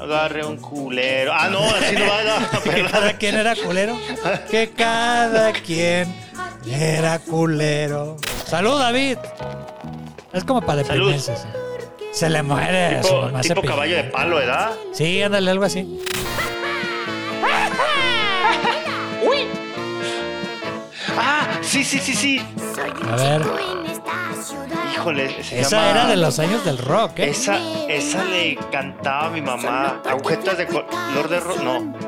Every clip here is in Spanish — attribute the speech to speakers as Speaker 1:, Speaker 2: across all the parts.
Speaker 1: Agarre un culero. Ah, no, así no va
Speaker 2: Que cada quien era culero. Que cada quien era culero. Salud, David. Es como para
Speaker 1: Salud.
Speaker 2: deprimirse. sí. Se le muere. a su
Speaker 1: Tipo,
Speaker 2: mamá, se
Speaker 1: tipo
Speaker 2: pide.
Speaker 1: caballo de palo, ¿verdad?
Speaker 2: Sí, ándale, algo así.
Speaker 1: Ah, sí, sí, sí, sí.
Speaker 2: A ver.
Speaker 1: Híjole, se
Speaker 2: Esa
Speaker 1: llama-
Speaker 2: era de los años del rock, ¿eh?
Speaker 1: Esa, esa le cantaba a mi mamá. Agujetas de color de rojo. No.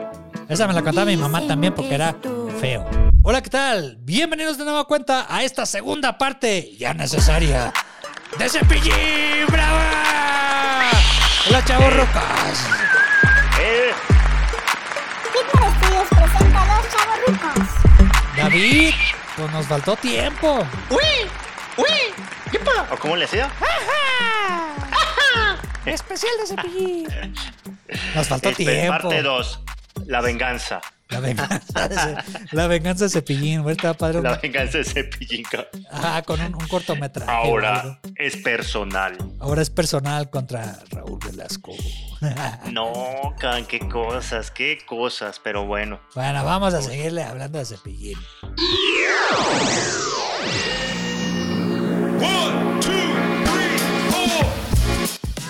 Speaker 2: Esa me la contaba mi mamá también porque era feo. Hola, ¿qué tal? Bienvenidos de nueva cuenta a esta segunda parte ya necesaria de Cepillín Brava. Hola, chavos rocas.
Speaker 1: Eh,
Speaker 3: Víctor Estudios presenta a Los Chavorrucos.
Speaker 2: David, pues nos faltó tiempo.
Speaker 1: ¿O cómo le hacía?
Speaker 2: Especial de Cepillín. Nos faltó
Speaker 1: Este,
Speaker 2: tiempo.
Speaker 1: parte 2. La venganza.
Speaker 2: La venganza, de, la venganza de Cepillín. Ahorita, padre.
Speaker 1: La venganza de Cepillín. ca-
Speaker 2: Ah, con un, un cortometraje. o algo.
Speaker 1: Ahora es personal.
Speaker 2: Ahora es personal contra Raúl Velasco.
Speaker 1: No, can, qué cosas, qué cosas, pero bueno.
Speaker 2: Bueno, vamos a seguirle hablando de Cepillín.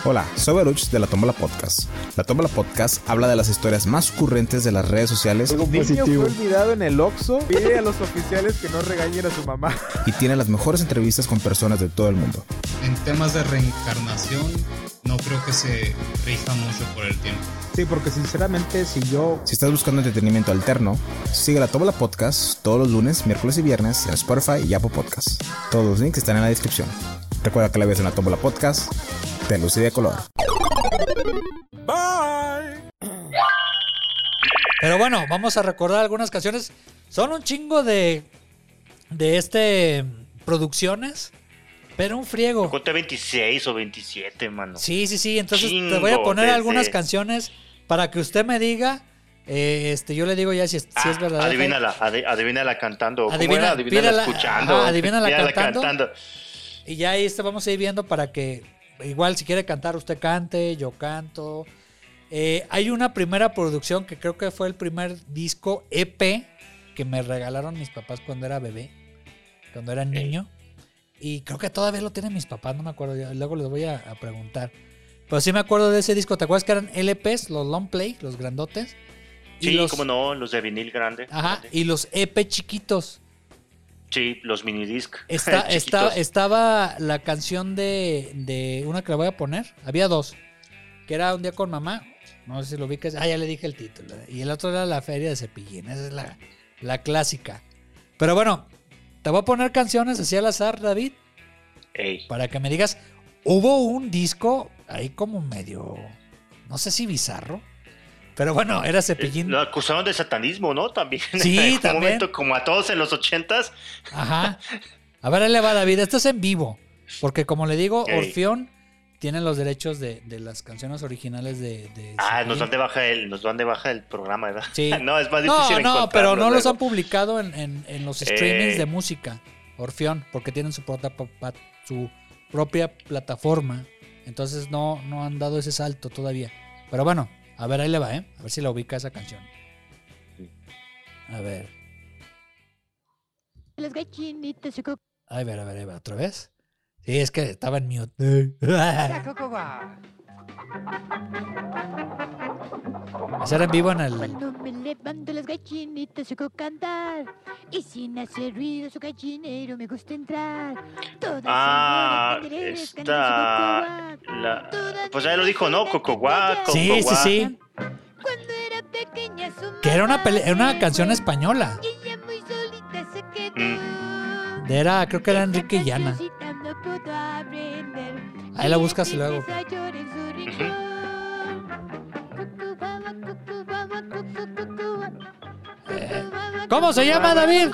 Speaker 4: Hola, soy Baruch de La Tómbola Podcast. La Tómbola Podcast habla de las historias más ocurrentes de las redes sociales
Speaker 5: Algo
Speaker 6: Niño
Speaker 5: positivo.
Speaker 6: fue olvidado en el Oxxo. Pide a los oficiales que no regañen a su mamá.
Speaker 4: y tiene las mejores entrevistas con personas de todo el mundo.
Speaker 7: En temas de reencarnación, no creo que se rija mucho por el tiempo.
Speaker 6: Sí, porque sinceramente si yo...
Speaker 4: Si estás buscando entretenimiento alterno, sigue La Tómbola Podcast todos los lunes, miércoles y viernes en Spotify y Apple Podcast. Todos los links están en la descripción. Recuerda que la vez en La Tómbola Podcast te luce de color.
Speaker 2: Pero bueno, vamos a recordar algunas canciones. Son un chingo de. de este. producciones. Pero un friego.
Speaker 1: Conté 26 o 27, mano.
Speaker 2: Sí, sí, sí. Entonces te
Speaker 1: Chingo
Speaker 2: voy a poner
Speaker 1: de
Speaker 2: algunas
Speaker 1: ese.
Speaker 2: canciones para que usted me diga. eh, este, yo le digo ya si es, si es
Speaker 1: Ah,
Speaker 2: verdad.
Speaker 1: Adivínala, adi- adivínala cantando. ¿Cómo
Speaker 2: Adivina-
Speaker 1: era? Adivínala
Speaker 2: pídala-
Speaker 1: escuchando.
Speaker 2: ajá, adivínala
Speaker 1: Pídala
Speaker 2: cantando. Y ya ahí este, vamos a ir viendo para que. Igual si quiere cantar, usted cante, yo canto. Eh, hay una primera producción que creo que fue el primer disco EP que me regalaron mis papás cuando era bebé, cuando era niño. Y creo que todavía lo tienen mis papás, no me acuerdo. ya Luego les voy a, a preguntar. Pero sí me acuerdo de ese disco. ¿Te acuerdas que eran LPs, los long play, los grandotes?
Speaker 1: Sí,
Speaker 2: los,
Speaker 1: cómo no, los de vinil grande.
Speaker 2: Ajá,
Speaker 1: grande.
Speaker 2: y los EP chiquitos.
Speaker 1: Sí, los minidisc.
Speaker 2: Está,
Speaker 1: chiquitos.
Speaker 2: está- estaba la canción de, de una que la voy a poner. Había dos. Que era Un día con mamá. No sé si lo ubicas. Ah, ya le dije el título. Y el otro era La Feria de Cepillín. Esa es la, la clásica. Pero bueno, te voy a poner canciones así al azar, David.
Speaker 1: Ey,
Speaker 2: Para que me digas, hubo un disco ahí como medio. No sé si bizarro. Pero bueno, era Cepillín.
Speaker 1: Lo acusaron de satanismo, ¿no? También.
Speaker 2: Sí,
Speaker 1: en algún
Speaker 2: también.
Speaker 1: momento, como a todos en los ochentas.
Speaker 2: Ajá. A ver, ahí le va David. Esto es en vivo. Porque como le digo,
Speaker 1: Ok.
Speaker 2: Orfeón tiene los derechos de, de las canciones originales de... de
Speaker 1: Ah,
Speaker 2: Cepillín.
Speaker 1: nos dan de baja el, nos dan de baja el programa, ¿verdad?
Speaker 2: Sí.
Speaker 1: no, es más
Speaker 2: No,
Speaker 1: difícil
Speaker 2: no, pero no los han
Speaker 1: han
Speaker 2: publicado en, en- en los streamings
Speaker 1: Eh.
Speaker 2: de música, Orfeón, porque tienen su, prota- pa- pa- su propia plataforma. Entonces no, no han dado ese salto todavía. Pero bueno, a ver, ahí le va, ¿eh? A ver si la ubica esa canción. A ver.
Speaker 3: Las gallinitas, yo creo
Speaker 2: A ver, a ver, ahí va, otra vez. Sí, es que estaba en mute. Hacer en vivo en el.
Speaker 3: cuando me levanto las gallinitas, yo creo cantar. Y sin hacer ruido, su gallinero me gusta entrar. Todas
Speaker 1: Ah,
Speaker 3: son ganaderas,
Speaker 1: está.
Speaker 3: ganaderas,
Speaker 1: La,
Speaker 3: yo creo cantar.
Speaker 1: pues ahí lo dijo, ¿no? Cocoguá,
Speaker 3: Todas
Speaker 2: Sí, sí,
Speaker 1: Cocoguá.
Speaker 2: sí.
Speaker 3: Cuando era pequeña, su
Speaker 2: Que era una,
Speaker 3: mamá
Speaker 2: pele- era una
Speaker 3: se
Speaker 2: canción
Speaker 3: fue,
Speaker 2: española.
Speaker 3: Y ella muy solita se quedó.
Speaker 1: Mm.
Speaker 2: De era, creo que era Enrique
Speaker 3: Esta
Speaker 2: Llana.
Speaker 3: cancioncita no pudo aprender.
Speaker 2: Ahí la buscas y luego.
Speaker 3: Ella empieza a llorar en su rincón. Cucubawa, cucubawa, cucu, cucuba. Cucubawa,
Speaker 2: ¿Cómo se llama, David?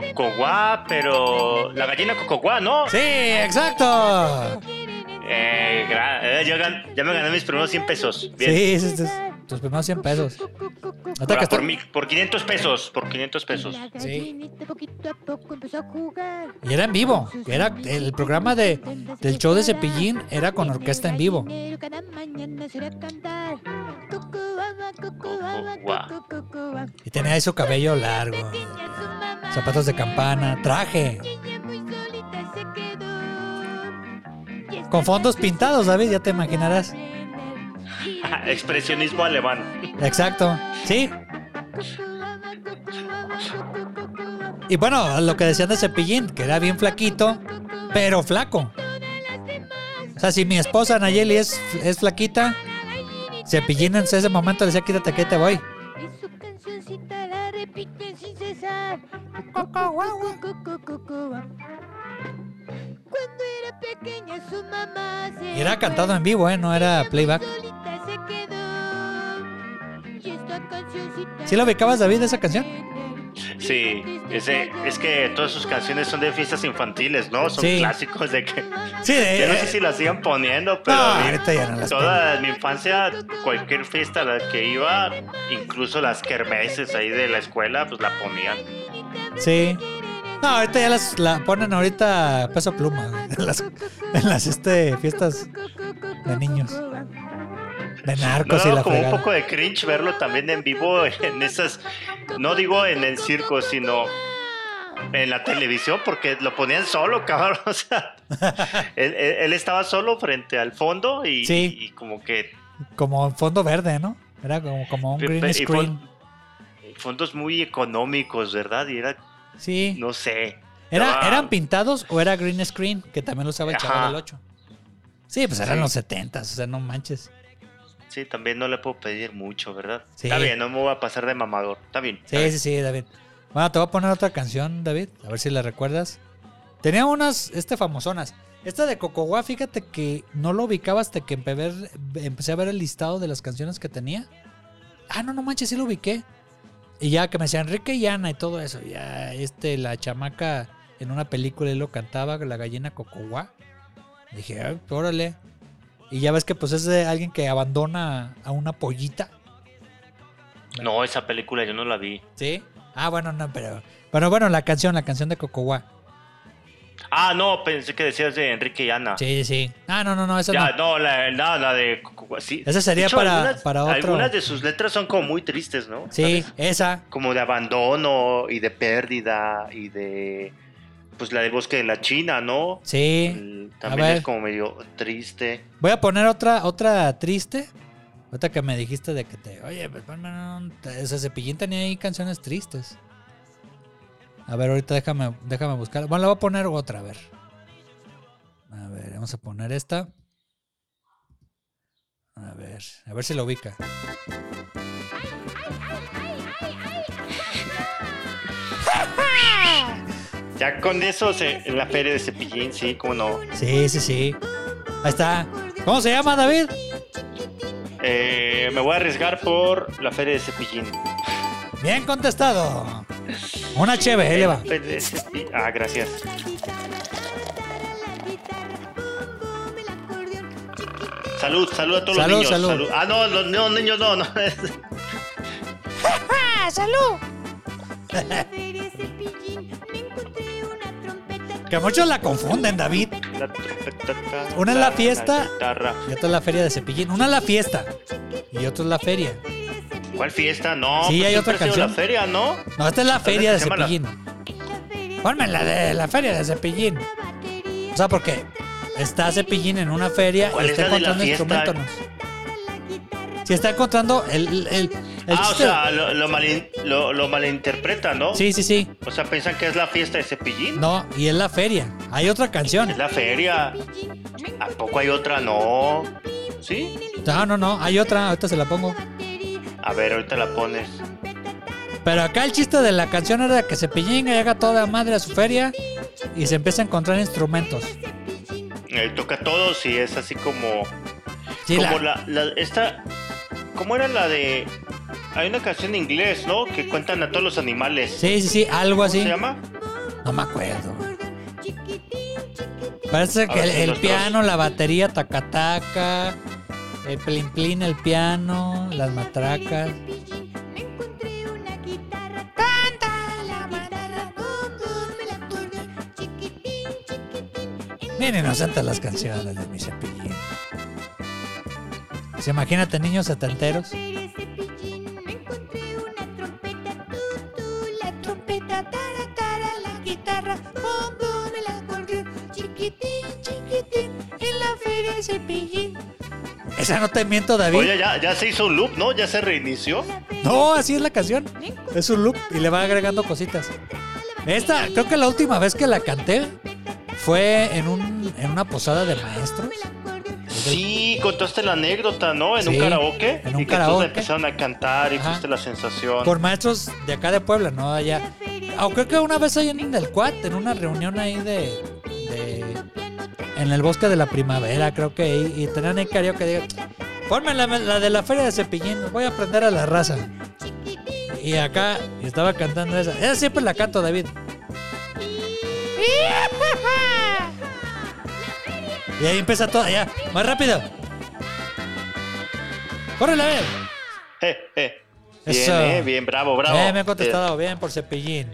Speaker 1: Cocoguá, pero. La gallina Cocoguá, ¿no?
Speaker 2: Sí, exacto.
Speaker 3: quieren entrar.
Speaker 1: Eh, gra- Ya, ya gan- ya me gané mis primeros 100 pesos. Bien.
Speaker 2: Sí, sí, sí, sí. tus primeros 100 pesos. Nota
Speaker 1: Ahora,
Speaker 2: que
Speaker 1: por,
Speaker 2: está-
Speaker 1: mil- por 500 pesos, por 500 pesos.
Speaker 3: La
Speaker 2: Sí.
Speaker 3: gallinita poquito a poco empezó a jugar.
Speaker 2: Y era en vivo. Era el programa de, del show de Cepillín era con orquesta en vivo.
Speaker 3: Cada mañana se irá a cantar. Cucuama, cucuama,
Speaker 1: Cucuá.
Speaker 3: cucucuá.
Speaker 2: Y tenía ahí su cabello largo.
Speaker 3: Pequeña su mamá,
Speaker 2: Zapatos de campana, traje.
Speaker 3: niña muy solita se quedó. Y esta
Speaker 2: Con fondos
Speaker 3: noche
Speaker 2: pintados, ¿sabes? Ya te imaginarás.
Speaker 1: Expresionismo alemán.
Speaker 2: Exacto. Sí.
Speaker 3: Cucuama, cucuama, cucucuá.
Speaker 2: Y bueno, lo que decían de Cepillín, que era bien flaquito, pero flaco. O sea, si mi esposa Nayeli es, es flaquita, Cepillín en ese momento le decía, quítate que te voy.
Speaker 3: Y su cancioncita la repiten sin cesar. Cuando era pequeña su mamá se
Speaker 2: Y era cantado en vivo, ¿eh? No era playback.
Speaker 3: Solita se quedó. Y esta cancioncita
Speaker 2: ¿Sí la ubicabas, David, esa canción?
Speaker 1: Sí, ese, es que todas sus canciones son de fiestas infantiles, ¿no? Son
Speaker 2: Sí.
Speaker 1: clásicos de que...
Speaker 2: Sí, de-
Speaker 1: Yo no sé si la siguen poniendo, pero
Speaker 2: No,
Speaker 1: a mí
Speaker 2: ahorita ya no las
Speaker 1: toda mi infancia, cualquier fiesta a la que iba, incluso las kermeses ahí de la escuela, pues la ponían.
Speaker 2: Sí. No, ahorita ya las la ponen ahorita peso pluma, güey, en las, en las este, fiestas de niños. De
Speaker 1: No,
Speaker 2: narcos y
Speaker 1: daba
Speaker 2: la
Speaker 1: como un
Speaker 2: fregada.
Speaker 1: poco de cringe verlo también en vivo en esas, no digo en el circo, sino en la televisión, porque lo ponían solo, cabrón. O sea, él, él- él estaba solo frente al fondo y,
Speaker 2: Sí.
Speaker 1: y como que
Speaker 2: Como fondo verde, ¿no? Era como, como un
Speaker 1: Pe-
Speaker 2: green
Speaker 1: pe- y fue-
Speaker 2: screen.
Speaker 1: fondos muy económicos, ¿verdad? Y era,
Speaker 2: Sí.
Speaker 1: no sé.
Speaker 2: Era,
Speaker 1: estaba-
Speaker 2: ¿Eran pintados o era green screen? Que también lo usaba el
Speaker 1: Ajá.
Speaker 2: chaval del 8. Sí, pues eran
Speaker 1: Sí.
Speaker 2: los 70, o sea, no manches.
Speaker 1: Sí, también no le puedo pedir mucho, ¿verdad?
Speaker 2: Sí.
Speaker 1: Está bien, no me voy a pasar de mamador. Está bien. está
Speaker 2: Sí,
Speaker 1: bien.
Speaker 2: sí, sí, David. Bueno, te voy a poner otra canción, David, a ver si la recuerdas. Tenía unas, este, famosonas. Esta de Cocoguá, fíjate que no lo ubicaba hasta que empe- ver- empecé a ver el listado de las canciones que tenía. Ah, no, no manches, sí lo ubiqué. Y ya que me decía Enrique y Ana y todo eso. Ya, este, la chamaca en una película él lo cantaba, la gallina Cocoguá. Dije, "Ah, órale. Y ya ves que pues es de alguien que abandona a una pollita.
Speaker 1: No, esa película yo no la vi.
Speaker 2: ¿Sí? Ah, bueno, no, pero. Bueno, bueno, la canción, la canción de Cocoguá.
Speaker 1: Ah, no, pensé que decías de Enrique y Ana.
Speaker 2: Sí, sí. Ah, no, no, no, esa
Speaker 1: Ya,
Speaker 2: no.
Speaker 1: no, la, la, la de. Sí.
Speaker 2: Esa sería
Speaker 1: De hecho,
Speaker 2: para-
Speaker 1: algunas,
Speaker 2: para otro.
Speaker 1: Algunas de sus letras son como muy tristes, ¿no?
Speaker 2: Sí, esa.
Speaker 1: Como de abandono y de pérdida y de. Pues la del bosque de la China, ¿no?
Speaker 2: Sí.
Speaker 1: Mm,
Speaker 2: A
Speaker 1: También
Speaker 2: ver.
Speaker 1: es como medio triste.
Speaker 2: Voy a poner otra, otra triste. Otra que me dijiste de que te. Oye, pues ponme un- Ese cepillín tenía ahí canciones tristes. A ver, ahorita déjame, déjame buscar. Bueno, le voy a poner otra, a ver. A ver, vamos a poner esta. A ver, a ver si la ubica.
Speaker 1: Ya con eso, se- en la feria de Cepillín, sí, como no.
Speaker 2: Sí, sí, sí. Ahí está. ¿Cómo se llama, David?
Speaker 1: Eh, me voy a arriesgar por la feria de Cepillín.
Speaker 2: Bien contestado. Una chévere, ahí le va.
Speaker 1: Feria de Cepi- Ah, gracias. Salud, salud a todos
Speaker 2: Salud,
Speaker 1: los niños.
Speaker 2: salud.
Speaker 1: Ah, no, los no, niños no, no.
Speaker 2: Que a muchos la confunden, David.
Speaker 1: La trompeta,
Speaker 2: Una es la fiesta.
Speaker 1: guitarra.
Speaker 2: Y otra es la feria de Cepillín. Una es la fiesta. Y otra es la feria.
Speaker 1: ¿Cuál fiesta? No. pues
Speaker 2: Sí, hay
Speaker 1: siempre
Speaker 2: otra
Speaker 1: ha sido
Speaker 2: canción.
Speaker 1: la feria, ¿no?
Speaker 2: No, esta es la feria de
Speaker 1: se llama la-
Speaker 2: Cepillín. Ponme la de la feria de Cepillín. O sea, porque está Cepillín en una feria
Speaker 1: ¿Cuál
Speaker 2: y
Speaker 1: es
Speaker 2: está
Speaker 1: la de la
Speaker 2: encontrando
Speaker 1: fiesta?
Speaker 2: instrumentos. Si está encontrando el, el, el- el
Speaker 1: ah, o
Speaker 2: chiste-
Speaker 1: sea, lo, lo, malin- lo, lo malinterpretan, ¿no?
Speaker 2: Sí, sí, sí.
Speaker 1: O sea, piensan que es la fiesta de Cepillín.
Speaker 2: No, y es la feria. Hay otra canción.
Speaker 1: Es la feria. ¿A poco hay otra? No. ¿Sí?
Speaker 2: No, no, no. Hay otra. Ahorita se la pongo.
Speaker 1: A ver, ahorita la pones.
Speaker 2: Pero acá el chiste de la canción era que Cepillín llega toda madre a su feria y se empieza a encontrar instrumentos.
Speaker 1: Eh, toca a todos y es así como.
Speaker 2: Sí, la-
Speaker 1: como la, la- esta. ¿Cómo era la de.? Hay una canción en inglés, ¿no? Que cuentan a todos los animales.
Speaker 2: sí, sí, sí, algo
Speaker 1: ¿Cómo
Speaker 2: así.
Speaker 1: se llama?
Speaker 2: No me acuerdo. Parece que
Speaker 1: ver,
Speaker 2: el,
Speaker 1: son
Speaker 2: el
Speaker 1: los
Speaker 2: piano, la batería, tacataca, el plin plin, el piano, las matracas. Bien inocentes las canciones de mi cepillín. ¿Se imagínate niños setenteros? Esa no te miento, David.
Speaker 1: Oye, ya, ya se hizo un loop, ¿no? Ya se reinició.
Speaker 2: No, así es la canción. Es un loop y le va agregando cositas. Esta, creo que la última vez que la canté fue en, un, en una posada de maestros.
Speaker 1: Sí, contaste la anécdota, ¿no? En
Speaker 2: Sí,
Speaker 1: un karaoke.
Speaker 2: en un
Speaker 1: y que todos
Speaker 2: karaoke.
Speaker 1: empezaron a cantar y
Speaker 2: Ajá.
Speaker 1: fuiste la sensación.
Speaker 2: Con maestros de acá de Puebla, no allá. Ah, creo que una vez ahí en el Cuat, en una reunión ahí de, de- En el bosque de la primavera, creo que ahí. Y tenían el karaoke. Digo, ponme la, la de la feria de Cepillín, voy a aprender a la raza. Y acá y estaba cantando esa. Esa siempre la canto, David. Y ahí empieza todo, ya. Más rápido. ¡Córrele, a ver!
Speaker 1: Eh, eh. Bien,
Speaker 2: Eso.
Speaker 1: eh, bien, bravo, bravo.
Speaker 2: Eh, me ha contestado bien por Cepillín.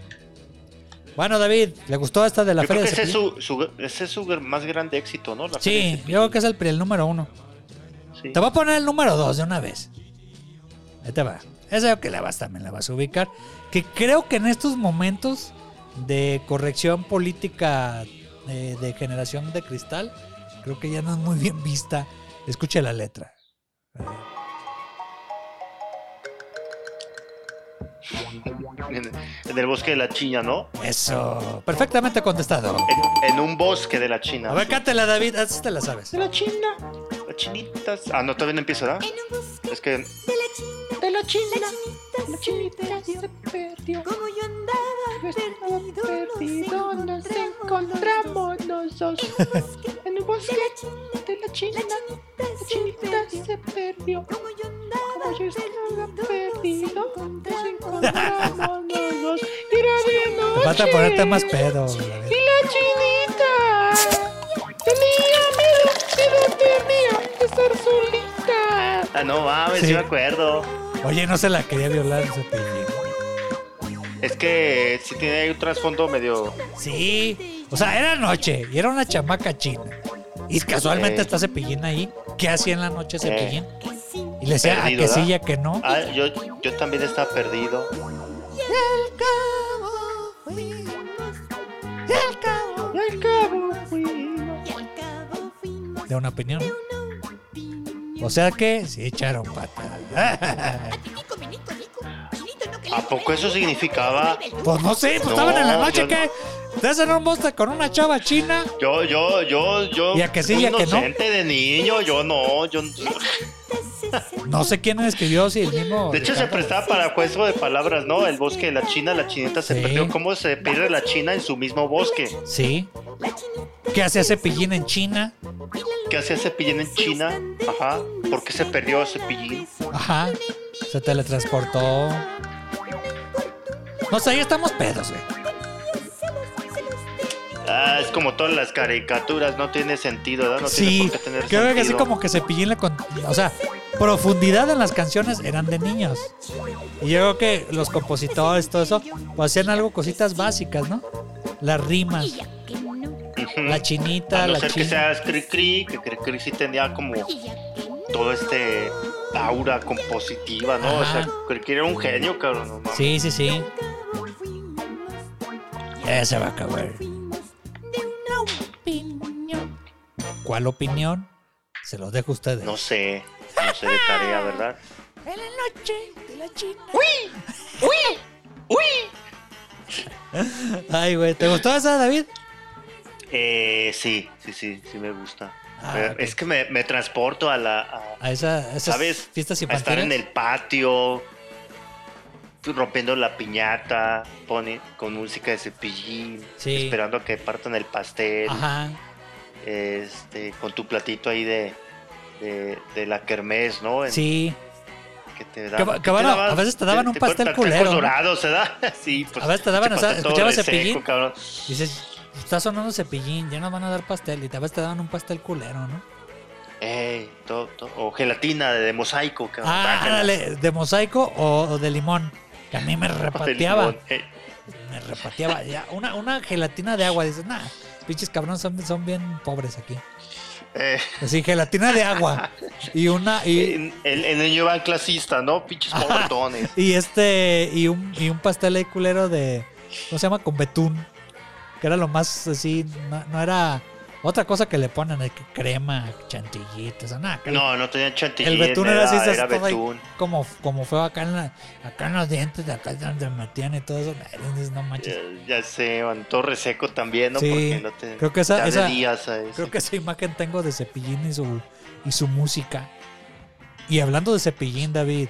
Speaker 2: Bueno, David, ¿le gustó esta de la
Speaker 1: Yo creo
Speaker 2: Feria
Speaker 1: que
Speaker 2: de
Speaker 1: ese es,
Speaker 2: Cepillín?
Speaker 1: su, su- ese es su gr- más grande éxito, ¿no? La Feria de
Speaker 2: Sí, yo
Speaker 1: Cepillín.
Speaker 2: creo que es el, pri- el número uno.
Speaker 1: Sí.
Speaker 2: Te voy a poner el número dos de una vez. Ahí te va. Esa creo que la vas también, la vas a ubicar. Que creo que en estos momentos de corrección política eh, de generación de cristal, creo que ya no es muy bien vista. Escuche la letra.
Speaker 1: En, en el bosque de la China, ¿no?
Speaker 2: Eso, perfectamente contestado.
Speaker 1: En, en un bosque de la China.
Speaker 2: A ver, cántela, David, así te la sabes.
Speaker 1: De la China. Las chinitas. Ah, no, todavía no empieza, ¿verdad? Es que
Speaker 3: De la chinita, la chinita se perdió. Como yo andaba perdido, perdido nos encontramos los dos. En un bosque de la chinita, la chinita se perdió. Como yo andaba perdido, nos encontramos los dos. Era de
Speaker 2: Te
Speaker 3: noche.
Speaker 2: falta ponerte más pedo, David.
Speaker 3: Y la chinita tenía miedo, miedo tenía de estar solita.
Speaker 1: Ah, no mames,
Speaker 2: Sí.
Speaker 1: sí. me acuerdo.
Speaker 2: Oye, no se la quería violar ese Cepillín.
Speaker 1: Es que sí tiene ahí un trasfondo medio.
Speaker 2: Sí. O sea, era noche y era una chamaca china. Y casualmente
Speaker 1: Eh.
Speaker 2: está Cepillín ahí. ¿Qué hacía en la noche Cepillín? Y le decía
Speaker 1: Perdido,
Speaker 2: a que sí
Speaker 1: ¿verdad?
Speaker 2: y a que no.
Speaker 1: Ah, yo, yo también estaba perdido.
Speaker 2: De una opinión. O sea que sí echaron Ah, pata.
Speaker 1: ¿A poco eso significaba?
Speaker 2: pues no sé, pues estaban en la
Speaker 1: No,
Speaker 2: noche
Speaker 1: yo
Speaker 2: que. Te hacen un monster con una chava china.
Speaker 1: Yo, yo, yo, yo.
Speaker 2: ¿Y a que sí,
Speaker 1: muy
Speaker 2: y a que no?
Speaker 1: inocente de niño, yo no. Yo,
Speaker 2: No sé quién escribió, si el mismo.
Speaker 1: de hecho, se
Speaker 2: Ricardo.
Speaker 1: prestaba para juego de palabras, ¿no? El bosque de la China, la chinita se
Speaker 2: Sí.
Speaker 1: perdió. ¿Cómo se pierde la China en su mismo bosque?
Speaker 2: Sí. ¿Qué hacía Cepillín en China?
Speaker 1: ¿Qué hacía Cepillín en China? Ajá. ¿Por qué se perdió Cepillín?
Speaker 2: Ajá. Se teletransportó. No sé, ahí estamos pedos, güey.
Speaker 1: Ah, es como todas las caricaturas, no tiene sentido, ¿verdad? No
Speaker 2: sí,
Speaker 1: tiene por qué tener
Speaker 2: creo que así
Speaker 1: sentido.
Speaker 2: como que Cepillín le con- O sea, profundidad en las canciones eran de niños. Y yo creo que los compositores, todo eso, pues hacían algo, cositas básicas, ¿no? Las rimas,
Speaker 1: Ujú.
Speaker 2: la chinita,
Speaker 1: A no
Speaker 2: la
Speaker 1: ser que
Speaker 2: china.
Speaker 1: seas Cri Cri, que Cri Cri sí tenía como todo este aura compositiva, ¿no? O sea,
Speaker 2: Ajá.
Speaker 1: Cri Cri era un genio, cabrón. no mames.
Speaker 2: Sí, sí, sí. Ya se va a acabar. ¿Cuál opinión? Se los dejo a ustedes.
Speaker 1: No sé, no sé de tarea, ¿verdad?
Speaker 2: Ay, güey, ¿te gustó esa, David?
Speaker 1: Eh, sí, sí, sí, sí me gusta.
Speaker 2: Ah,
Speaker 1: Eh,
Speaker 2: ok.
Speaker 1: Es que me, me transporto a la... a-
Speaker 2: A esa, a esas
Speaker 1: ¿Sabes?
Speaker 2: fiestas
Speaker 1: a estar en
Speaker 2: infantiles.
Speaker 1: el patio, rompiendo la piñata, pone con música de cepillín,
Speaker 2: Sí.
Speaker 1: esperando a que partan el pastel.
Speaker 2: Ajá.
Speaker 1: este, con tu platito ahí de, de, de la kermés, ¿no? En-
Speaker 2: Sí.
Speaker 1: Que te
Speaker 2: Que-
Speaker 1: daban,
Speaker 2: que van a- a veces te daban un pastel culero, ¿no?
Speaker 1: dorado, se da. Sí, pues,
Speaker 2: A veces te daban,
Speaker 1: ese
Speaker 2: o sea,
Speaker 1: pastel todo
Speaker 2: escuchabas
Speaker 1: reseco,
Speaker 2: Cepillín.
Speaker 1: cabrón.
Speaker 2: Dices, Está sonando cepillín, ya nos van a dar pastel y tal vez te dan un pastel culero, ¿no?
Speaker 1: Ey, todo- todo- o gelatina de, de mosaico, cabrón.
Speaker 2: Ah,
Speaker 1: Bájala.
Speaker 2: dale, de mosaico o, o de limón. Que a mí me
Speaker 1: Papel
Speaker 2: repateaba.
Speaker 1: limón, eh, ey.
Speaker 2: Me repateaba. Ya, una, una gelatina de agua. Dices, nah, pinches cabrones son, son bien pobres aquí.
Speaker 1: Eh,
Speaker 2: Así, gelatina de agua. Y una. Y, Ah,
Speaker 1: en- el, el niño va clasista, ¿no? Pinches pobretones.
Speaker 2: y este. Y un, y un pastel ahí culero de. ¿Cómo se llama? Con betún. Que era lo más así. No, no era. Otra cosa que le ponen, eh, que crema, chantillitos, nada. que-
Speaker 1: No, no tenía chantilly.
Speaker 2: El betún era así,
Speaker 1: era
Speaker 2: esas todo ahí,
Speaker 1: betún.
Speaker 2: como, como fue acá en, la- acá en los dientes, de acá es donde metían y todo eso. Dices, No manches.
Speaker 1: Eh, Ya, ya sé, van todo reseco también, ¿no?
Speaker 2: Sí,
Speaker 1: Porque no te,
Speaker 2: creo que esa-
Speaker 1: te
Speaker 2: esa-
Speaker 1: adherías a eso.
Speaker 2: Creo que esa imagen tengo de Cepillín y su, y su música. Y hablando de Cepillín, David,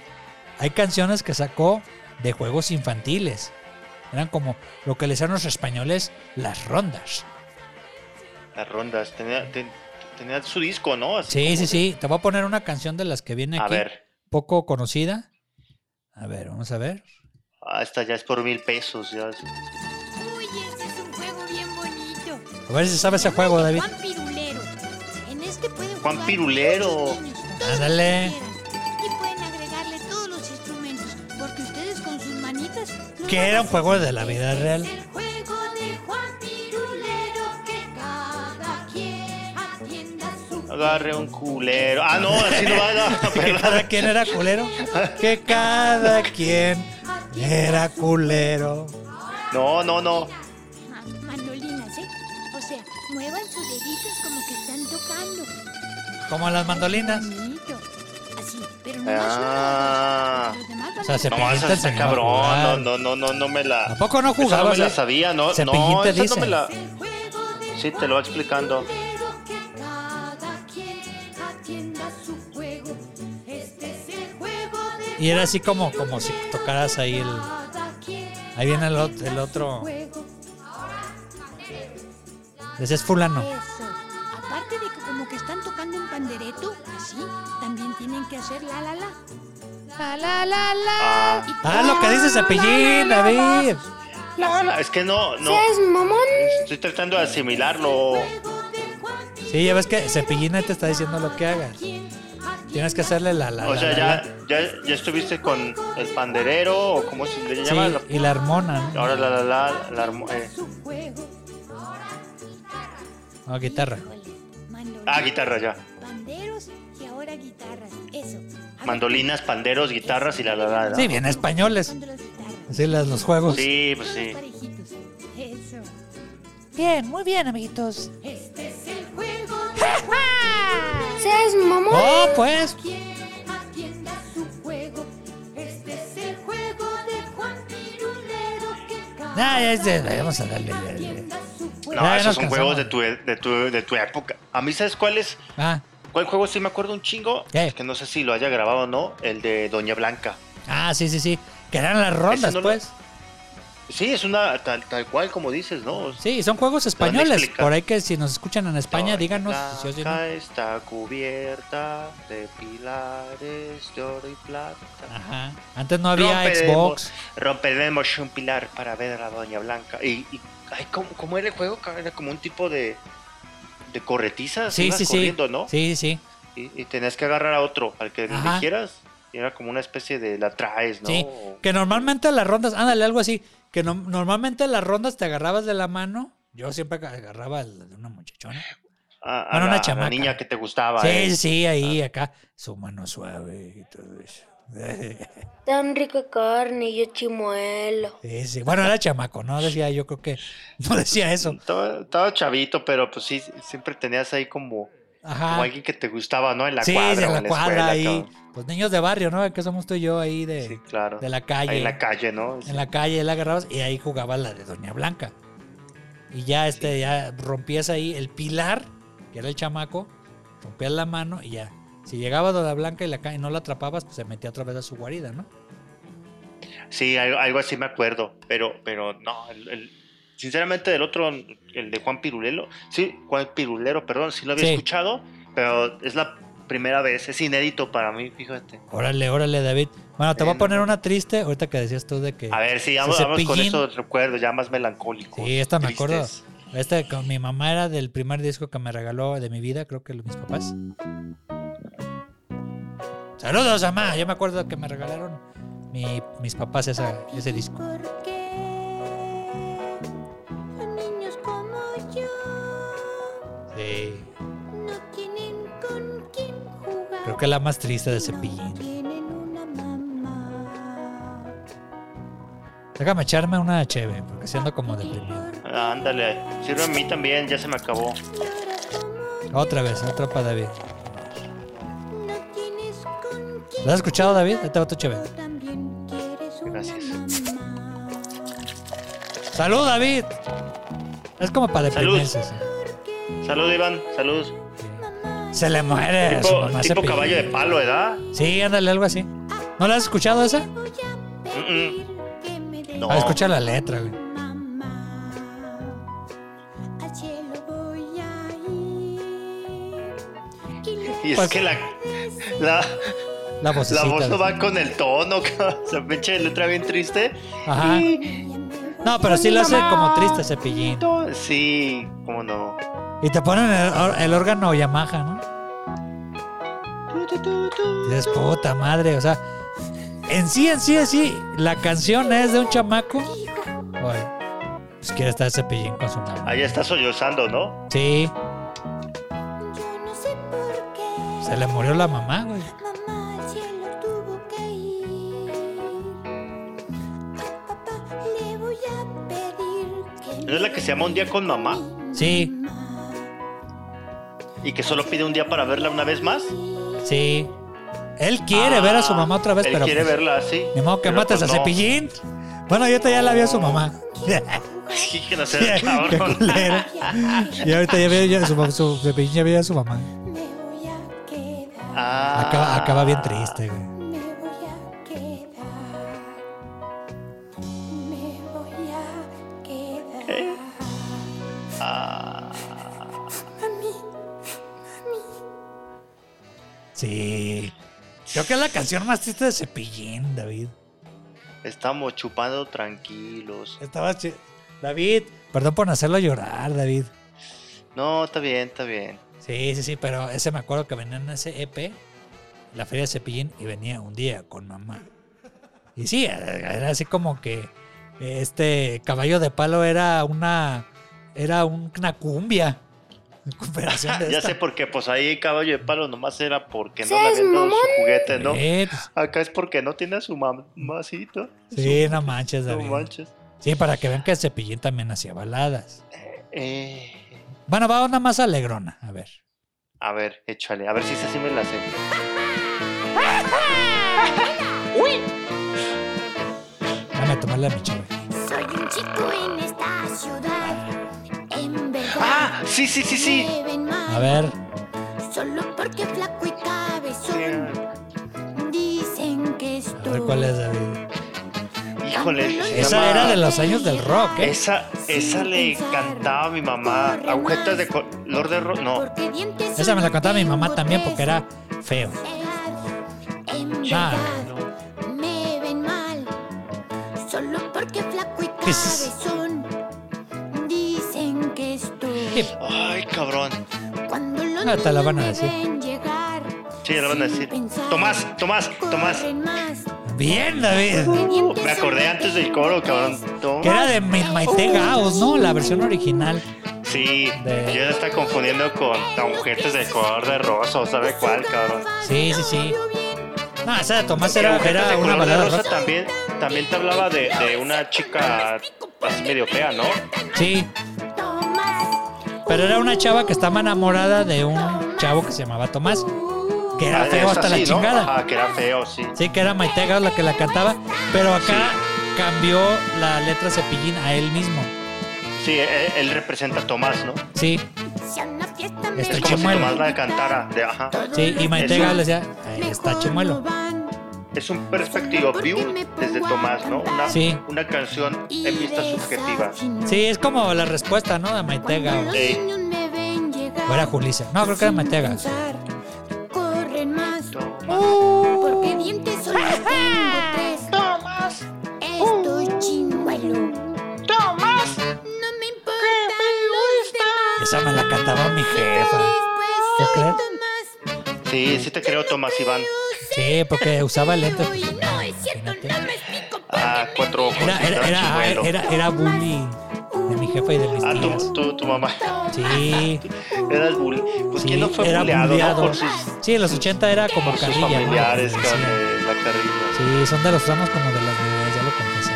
Speaker 2: hay canciones que sacó de juegos infantiles. Eran como lo que les eran los españoles las rondas.
Speaker 1: Las rondas. Tenía, ten- tenía su disco, ¿no? Así
Speaker 2: Sí,
Speaker 1: como
Speaker 2: sí,
Speaker 1: de-
Speaker 2: sí. Te voy a poner una canción de las que viene
Speaker 1: A
Speaker 2: aquí,
Speaker 1: ver,
Speaker 2: poco conocida. A ver, vamos a ver.
Speaker 1: ah, esta ya es por mil pesos. Ya es-
Speaker 5: Uy, ese es un juego bien bonito.
Speaker 2: A ver si sabes ese juego,
Speaker 5: Llaman de
Speaker 2: David.
Speaker 5: Juan Pirulero. En este pueden
Speaker 1: Juan
Speaker 5: jugar
Speaker 1: Pirulero.
Speaker 5: muchos niños, todos los que
Speaker 2: Ándale.
Speaker 5: quieran. Y pueden agregarle todos los instrumentos, porque ustedes con sus manitas... no
Speaker 2: Que
Speaker 5: van a
Speaker 2: era un juego de la
Speaker 5: saber.
Speaker 2: vida real.
Speaker 5: El juego de Juan Pirulero, que cada quien atienda su...
Speaker 1: Agarre un culero. Ah, no, así no va. no,
Speaker 2: Que
Speaker 1: perdón.
Speaker 2: cada quien era culero. Que cada quien era culero.
Speaker 1: No, no, no.
Speaker 5: Ma- Mandolinas, ¿eh? O sea, muevan sus deditos como que están tocando.
Speaker 2: Como las mandolinas.
Speaker 5: Bonito. Así, pero no más uno,
Speaker 1: Ah.
Speaker 5: los demás van
Speaker 2: O sea,
Speaker 5: a-
Speaker 2: se
Speaker 1: No, esa está cabrón. No, no, no, no, no me la.
Speaker 2: ¿A poco no
Speaker 1: esa no
Speaker 2: jugabas,
Speaker 1: me la
Speaker 2: eh?
Speaker 1: sabía, no.
Speaker 2: Cepillín
Speaker 1: No,
Speaker 2: te
Speaker 1: esa no
Speaker 2: dice.
Speaker 1: me la.
Speaker 5: El juego de
Speaker 1: Sí, te lo va explicando.
Speaker 5: Pero que cada quien atienda su juego. Este es el juego de
Speaker 2: Y era así como, como si tocaras ahí el.
Speaker 5: cada quien.
Speaker 2: Ahí viene el, ot- el otro.
Speaker 5: Juego.
Speaker 2: Ese es fulano.
Speaker 5: Eso. Aparte de que como que están tocando un pandereto, así, también tienen que hacer la la la. La la la la. Y-
Speaker 2: Ah, lo que dice Cepillín, David.
Speaker 1: La, la- Es que no, no.
Speaker 3: ¿Seas mamón?
Speaker 1: Estoy tratando de asimilarlo.
Speaker 2: Sí, ya ves que Cepillín te está diciendo lo que hagas. Tienes que hacerle la la.
Speaker 1: O
Speaker 2: la,
Speaker 1: sea,
Speaker 2: la, la.
Speaker 1: ya, ya, ya estuviste con el panderero o cómo se le llama.
Speaker 2: Sí, y la hormona, ¿no?
Speaker 1: Ahora la la la, la armo- eh.
Speaker 2: No, guitarra.
Speaker 5: Híjole, mandolina,
Speaker 1: Ah, guitarra ya.
Speaker 5: Panderos y ahora guitarras. Eso. A ver,
Speaker 1: Mandolinas, panderos, guitarras y la la la. la.
Speaker 2: Sí, bien españoles.
Speaker 5: tocando las guitarras.
Speaker 2: Sí, las, los juegos.
Speaker 1: Sí, pues
Speaker 5: Todos
Speaker 1: sí.
Speaker 5: parejitos. Eso.
Speaker 2: Bien, muy bien, amiguitos.
Speaker 5: Este es el juego.
Speaker 3: ¿Seas mamón?
Speaker 2: Oh, pues.
Speaker 5: Quien atienda su juego. Este es el juego de Juan Pirulero que cada
Speaker 2: Nah, Ah, ya es de- vamos a darle. ya, ya.
Speaker 5: atienda su juego.
Speaker 1: No,
Speaker 2: Ya nos
Speaker 1: esos son
Speaker 2: cansamos.
Speaker 1: juegos de tu, e- de, tu, de tu época. A mí, ¿sabes cuál es?
Speaker 2: Ah,
Speaker 1: ¿Cuál juego sí me acuerdo un chingo?
Speaker 2: ¿Qué?
Speaker 1: Es que no sé si lo haya grabado o no. El de Doña Blanca.
Speaker 2: ah, sí, sí, sí. Que eran las rondas,
Speaker 1: no lo-
Speaker 2: pues.
Speaker 1: Sí, es una tal, tal cual como dices, ¿no?
Speaker 2: Sí, son juegos
Speaker 1: van a
Speaker 2: españoles.
Speaker 1: explicar.
Speaker 2: Por ahí que si nos escuchan en España,
Speaker 1: Doña
Speaker 2: díganos si sí o si no.
Speaker 1: Blanca está cubierta de pilares de oro y plata.
Speaker 2: Ajá. Antes no había
Speaker 1: Romperemos-
Speaker 2: Xbox.
Speaker 1: Romperemos un pilar para ver a la Doña Blanca. Y, y- ay, ¿cómo, cómo era el juego? cabrón? Era como un tipo de, de corretizas.
Speaker 2: Sí,
Speaker 1: ibas
Speaker 2: sí, sí.
Speaker 1: corriendo, ¿no?
Speaker 2: Sí, sí.
Speaker 1: Y, y tenías que agarrar a otro, al que
Speaker 2: Ajá.
Speaker 1: eligieras. Y era como una especie de la traes, ¿no?
Speaker 2: Sí, Que normalmente las rondas, ándale, algo así. Que no- normalmente las rondas te agarrabas de la mano. Yo siempre agarraba la de una muchachona.
Speaker 1: A, a
Speaker 2: bueno,
Speaker 1: la,
Speaker 2: una
Speaker 1: a la
Speaker 2: chamaca.
Speaker 1: niña que te gustaba.
Speaker 2: Sí,
Speaker 1: ¿eh?
Speaker 2: sí, sí, ahí, acá. Su mano suave y todo eso.
Speaker 3: Tan rica carne y yo chimuelo.
Speaker 2: Sí, sí. Bueno, era chamaco, ¿no? Decía, yo creo que no decía eso.
Speaker 1: Mm, Estaba, estaba chavito, pero pues sí, siempre tenías ahí como, como
Speaker 2: Ajá.
Speaker 1: alguien que te gustaba, ¿no? En la
Speaker 2: Ah. sí,
Speaker 1: cuadra.
Speaker 2: de
Speaker 1: o
Speaker 2: la,
Speaker 1: en la
Speaker 2: cuadra
Speaker 1: escuela,
Speaker 2: ahí.
Speaker 1: cabrón.
Speaker 2: Los niños de barrio, ¿no? Que somos tú y yo ahí de,
Speaker 1: Sí, claro.
Speaker 2: de la calle.
Speaker 1: Ahí en la calle, ¿no?
Speaker 2: en la calle, la agarrabas y ahí jugaba la de Doña Blanca. Y ya este, ya rompías ahí el pilar, que era el chamaco, rompías la mano y ya. Si llegaba Doña Blanca y, la, ca- y no la atrapabas, pues se metía otra vez a su guarida, ¿no?
Speaker 1: Sí, algo, algo así me acuerdo, pero, pero no, el- el- sinceramente del otro, el de Juan Pirulero, sí, Juan Pirulero, perdón, sí lo había
Speaker 2: Sí.
Speaker 1: escuchado, pero es la primera vez, es inédito para mí, fíjate.
Speaker 2: Órale, órale, David. Bueno, te voy a
Speaker 1: Bueno.
Speaker 2: poner una triste, ahorita que decías tú de que...
Speaker 1: A ver, sí,
Speaker 2: Ese
Speaker 1: vamos, vamos con
Speaker 2: cepillín.
Speaker 1: estos recuerdos ya más melancólicos.
Speaker 2: Sí, esta me acuerdo.
Speaker 1: tristes.
Speaker 2: Esta con mi mamá era del primer disco que me regaló de mi vida, creo que mis papás. Saludos, mamá. Yo me acuerdo que me regalaron mi- mis papás esa- ese disco.
Speaker 5: ¿Por qué los niños como yo
Speaker 2: Sí.
Speaker 5: no tienen con quién jugar?
Speaker 2: Creo que es la más triste de
Speaker 5: No
Speaker 2: Cepillín.
Speaker 5: tienen una mamá.
Speaker 2: Déjame echarme una cheve, porque siendo como deprimido.
Speaker 1: Ah, ándale, sirve a mí también, ya se me acabó.
Speaker 2: Otra vez, otra para David.
Speaker 5: No tienes con quién
Speaker 2: ¿Lo has escuchado, David? Ahí te va tu cheve.
Speaker 5: tú también quieres una
Speaker 1: Gracias.
Speaker 5: mamá.
Speaker 2: ¡Salud, David! Es como para
Speaker 1: Salud.
Speaker 2: deprimirse. sí.
Speaker 1: Salud, Iván, salud.
Speaker 2: Se le muere. su
Speaker 1: Tipo,
Speaker 2: mamá
Speaker 1: tipo
Speaker 2: Cepillín.
Speaker 1: caballo de palo, ¿verdad?
Speaker 2: Sí, ándale, algo así. ¿No la has escuchado esa?
Speaker 5: Voy a pedir que me des
Speaker 1: No.
Speaker 2: A escuchar la letra, güey.
Speaker 5: mamá. Al cielo voy a ir. Y le
Speaker 1: Y es
Speaker 2: Pues-
Speaker 1: que la, la,
Speaker 2: La
Speaker 1: la
Speaker 2: vocecita.
Speaker 1: voz no
Speaker 2: güey.
Speaker 1: va con el tono, cabrón. esa pinche letra bien triste.
Speaker 2: Ajá. No, pero sí lo hace como triste Cepillín.
Speaker 1: Sí, cómo no.
Speaker 2: Y te ponen el, or- el órgano Yamaha, ¿no? Dices, puta madre, o sea. En sí, en sí, en sí, la canción es de un chamaco. Oye, pues quiere estar cepillín con su mamá.
Speaker 1: Ahí está sollozando, ¿no?
Speaker 2: Sí,
Speaker 5: Yo no sé por qué.
Speaker 2: se le murió la mamá, güey.
Speaker 5: Mamá al cielo tuvo que ir. A papá le voy a pedir que.
Speaker 1: ¿No es la que se llama Un día con mamá?
Speaker 2: Sí,
Speaker 1: Y que solo pide un día para verla una vez más.
Speaker 2: sí. Él quiere ver a su mamá otra vez,
Speaker 1: Ah, Él
Speaker 2: pero.
Speaker 1: quiere
Speaker 2: pues,
Speaker 1: verla así.
Speaker 2: Ni modo que
Speaker 1: Pero,
Speaker 2: mates
Speaker 1: pues,
Speaker 2: a
Speaker 1: no.
Speaker 2: cepillín. Bueno, yo ya la vi a su mamá.
Speaker 1: Sí, que no sea
Speaker 2: Qué
Speaker 1: cabrón.
Speaker 2: culero. Y ahorita ya ve a su, mam- su cepillín, ya ve a su mamá.
Speaker 5: Me voy a quedar.
Speaker 1: Ah.
Speaker 2: Acaba, acaba bien triste, güey.
Speaker 5: Me voy a quedar. Me voy a quedar.
Speaker 1: Ah.
Speaker 2: Sí. Creo que es la canción más triste de Cepillín, David.
Speaker 1: Estamos chupando tranquilos.
Speaker 2: Estabas. chi- David, perdón por hacerlo llorar, David.
Speaker 1: No, está bien, está bien.
Speaker 2: Sí, sí, sí, pero ese me acuerdo que venía en ese EP, la Feria de Cepillín, y venía un día con mamá. Y sí, era así como que eh, este caballo de palo era una. Era una cumbia. Recuperación de
Speaker 1: Ya
Speaker 2: esta.
Speaker 1: sé por qué, pues ahí caballo de palo nomás era porque no le habían dado su juguete, ¿no?
Speaker 2: Eh, pues,
Speaker 1: Acá es porque no tiene a su mamacito.
Speaker 2: Sí, no manches,
Speaker 1: No
Speaker 2: David.
Speaker 1: manches.
Speaker 2: Sí, para que vean que Cepillín también hacía baladas.
Speaker 1: Eh,
Speaker 2: Bueno, va una más alegrona, a ver.
Speaker 1: a ver, échale. A ver si esa sí me la sé.
Speaker 2: Déjame tomarle a mi chave.
Speaker 5: Soy un chico en esta ciudad. En verdad.
Speaker 1: ¡Ah! Sí, sí, sí, sí.
Speaker 5: me ven mal,
Speaker 2: A ver,
Speaker 5: Solo porque flaco y cabezón. Dicen que estoy.
Speaker 2: a ver cuál es, David.
Speaker 1: Híjole. se
Speaker 2: Esa
Speaker 1: llama-
Speaker 2: era de los años del rock, ¿eh?
Speaker 1: Esa, esa le cantaba a mi mamá. Agujetas de color de rojo. No.
Speaker 5: Porque dientes
Speaker 2: Esa me la
Speaker 5: solo
Speaker 2: contaba mi
Speaker 5: tengo
Speaker 2: mamá también porque
Speaker 5: tres.
Speaker 2: era feo.
Speaker 5: En
Speaker 2: Ah.
Speaker 5: verdad, me ven mal. Solo porque flaco y
Speaker 2: ¿Qué es eso?
Speaker 5: cabezón. Dicen que estoy.
Speaker 1: Ay, cabrón.
Speaker 5: Cuando los
Speaker 2: Ah, te la
Speaker 5: niños
Speaker 2: van a
Speaker 5: me
Speaker 2: decir.
Speaker 5: ven llegar.
Speaker 1: Sí, ya lo van a decir. Tomás, Tomás, Tomás.
Speaker 5: corren más.
Speaker 2: Bien, David.
Speaker 5: Que dientes
Speaker 1: Me acordé
Speaker 5: solo
Speaker 1: antes del
Speaker 5: tengo
Speaker 1: coro,
Speaker 5: tres.
Speaker 1: cabrón.
Speaker 2: Que
Speaker 1: Tomás.
Speaker 2: era de Mi- Maite Gaos, ¿no? La versión original.
Speaker 1: Sí,
Speaker 2: De-
Speaker 1: yo la está confundiendo con agujetas de color de rosa, ¿sabe cuál, cabrón?
Speaker 2: Sí, sí, sí. No, esa de Tomás
Speaker 1: Y
Speaker 2: era,
Speaker 1: Agujetas de
Speaker 2: era una
Speaker 1: color de
Speaker 2: balada
Speaker 1: rosa
Speaker 2: rock.
Speaker 1: también, también te hablaba de, de una chica así medio fea, ¿no?
Speaker 2: Sí,
Speaker 5: Tomás,
Speaker 2: pero era una chava que estaba enamorada de un chavo que se llamaba Tomás, que era
Speaker 1: Ah,
Speaker 2: feo
Speaker 1: esa
Speaker 2: hasta la
Speaker 1: sí, ¿no?
Speaker 2: chingada.
Speaker 1: Ajá, que era feo, sí.
Speaker 2: Sí, que era Maite Gaos la que la cantaba, pero acá cambió la letra Cepillín a él mismo.
Speaker 1: Sí, él, él representa a Tomás, ¿no?
Speaker 2: Sí,
Speaker 5: si a una fiesta me
Speaker 2: Estoy
Speaker 1: es como
Speaker 2: chimuelo.
Speaker 1: si Tomás la cantara. De, ajá.
Speaker 2: sí, y Maite
Speaker 1: Eso.
Speaker 2: Gaos le decía, "Ahí está chimuelo.
Speaker 1: Es un perspectivo view desde Tomás, ¿no? Una,
Speaker 2: Sí.
Speaker 1: una canción en vista subjetiva.
Speaker 2: Sí, es como la respuesta, ¿no? De Maite Gaos.
Speaker 5: Los
Speaker 1: Ey.
Speaker 5: niños me ven llegar.
Speaker 2: O era Julisa. No, creo que era
Speaker 5: sin
Speaker 2: Maite Gaos.
Speaker 5: pensar, Corren más.
Speaker 1: Tomás.
Speaker 5: Porque dientes solo tengo tres.
Speaker 3: Tomás,
Speaker 5: Estoy chimuelo.
Speaker 3: Tomás,
Speaker 5: No me
Speaker 3: que
Speaker 5: importan
Speaker 3: me
Speaker 5: Pues,
Speaker 1: Sí, sí te creo, Tomás Iván.
Speaker 2: Sí, porque usaba lentes.
Speaker 5: Uy, no es cierto, no me explico. por
Speaker 1: Ah,
Speaker 5: qué
Speaker 1: cuatro ojos.
Speaker 2: Era, era, era,
Speaker 1: chimuelo.
Speaker 2: era, era bully de mi jefa y de mis
Speaker 1: Ah,
Speaker 2: tías.
Speaker 1: tú, tú, tu mamá.
Speaker 2: Sí,
Speaker 1: Eras bully. Pues
Speaker 2: sí,
Speaker 1: quién no fue
Speaker 2: era
Speaker 1: bulleado, ¿no?
Speaker 2: bulleado.
Speaker 1: Por sus,
Speaker 2: Sí, en los 80 era como
Speaker 1: por sus
Speaker 2: carrilla. ¿no?
Speaker 1: familiares
Speaker 2: Sí,
Speaker 1: con
Speaker 2: sí.
Speaker 1: eh, la carrilla.
Speaker 2: Sí, son de los tramos como de las niñas, ya lo confesé.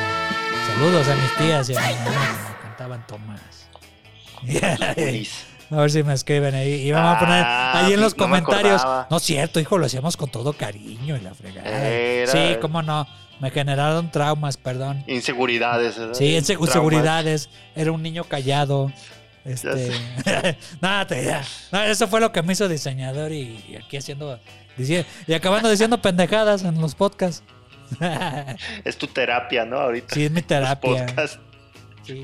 Speaker 2: Saludos a mis tías y a mi mamá, que me cantaban Tomás.
Speaker 1: Bullies.
Speaker 2: A ver si me escriben ahí. Y vamos a poner
Speaker 1: Ah,
Speaker 2: ahí en los
Speaker 1: no me
Speaker 2: comentarios.
Speaker 1: acordaba.
Speaker 2: No es cierto, hijo, lo hacíamos con todo cariño y la fregada.
Speaker 1: Era-
Speaker 2: Sí, cómo no. Me generaron traumas, perdón.
Speaker 1: Inseguridades. ¿verdad?
Speaker 2: Sí, en
Speaker 1: Traumas.
Speaker 2: seguridades. Era un niño callado. Este, nada, te- ya. No, eso fue lo que me hizo diseñador y, y aquí haciendo dici- y acabando diciendo pendejadas en los podcasts.
Speaker 1: Es tu terapia, ¿no? Ahorita.
Speaker 2: sí, es mi terapia.
Speaker 1: Podcast.
Speaker 2: Sí,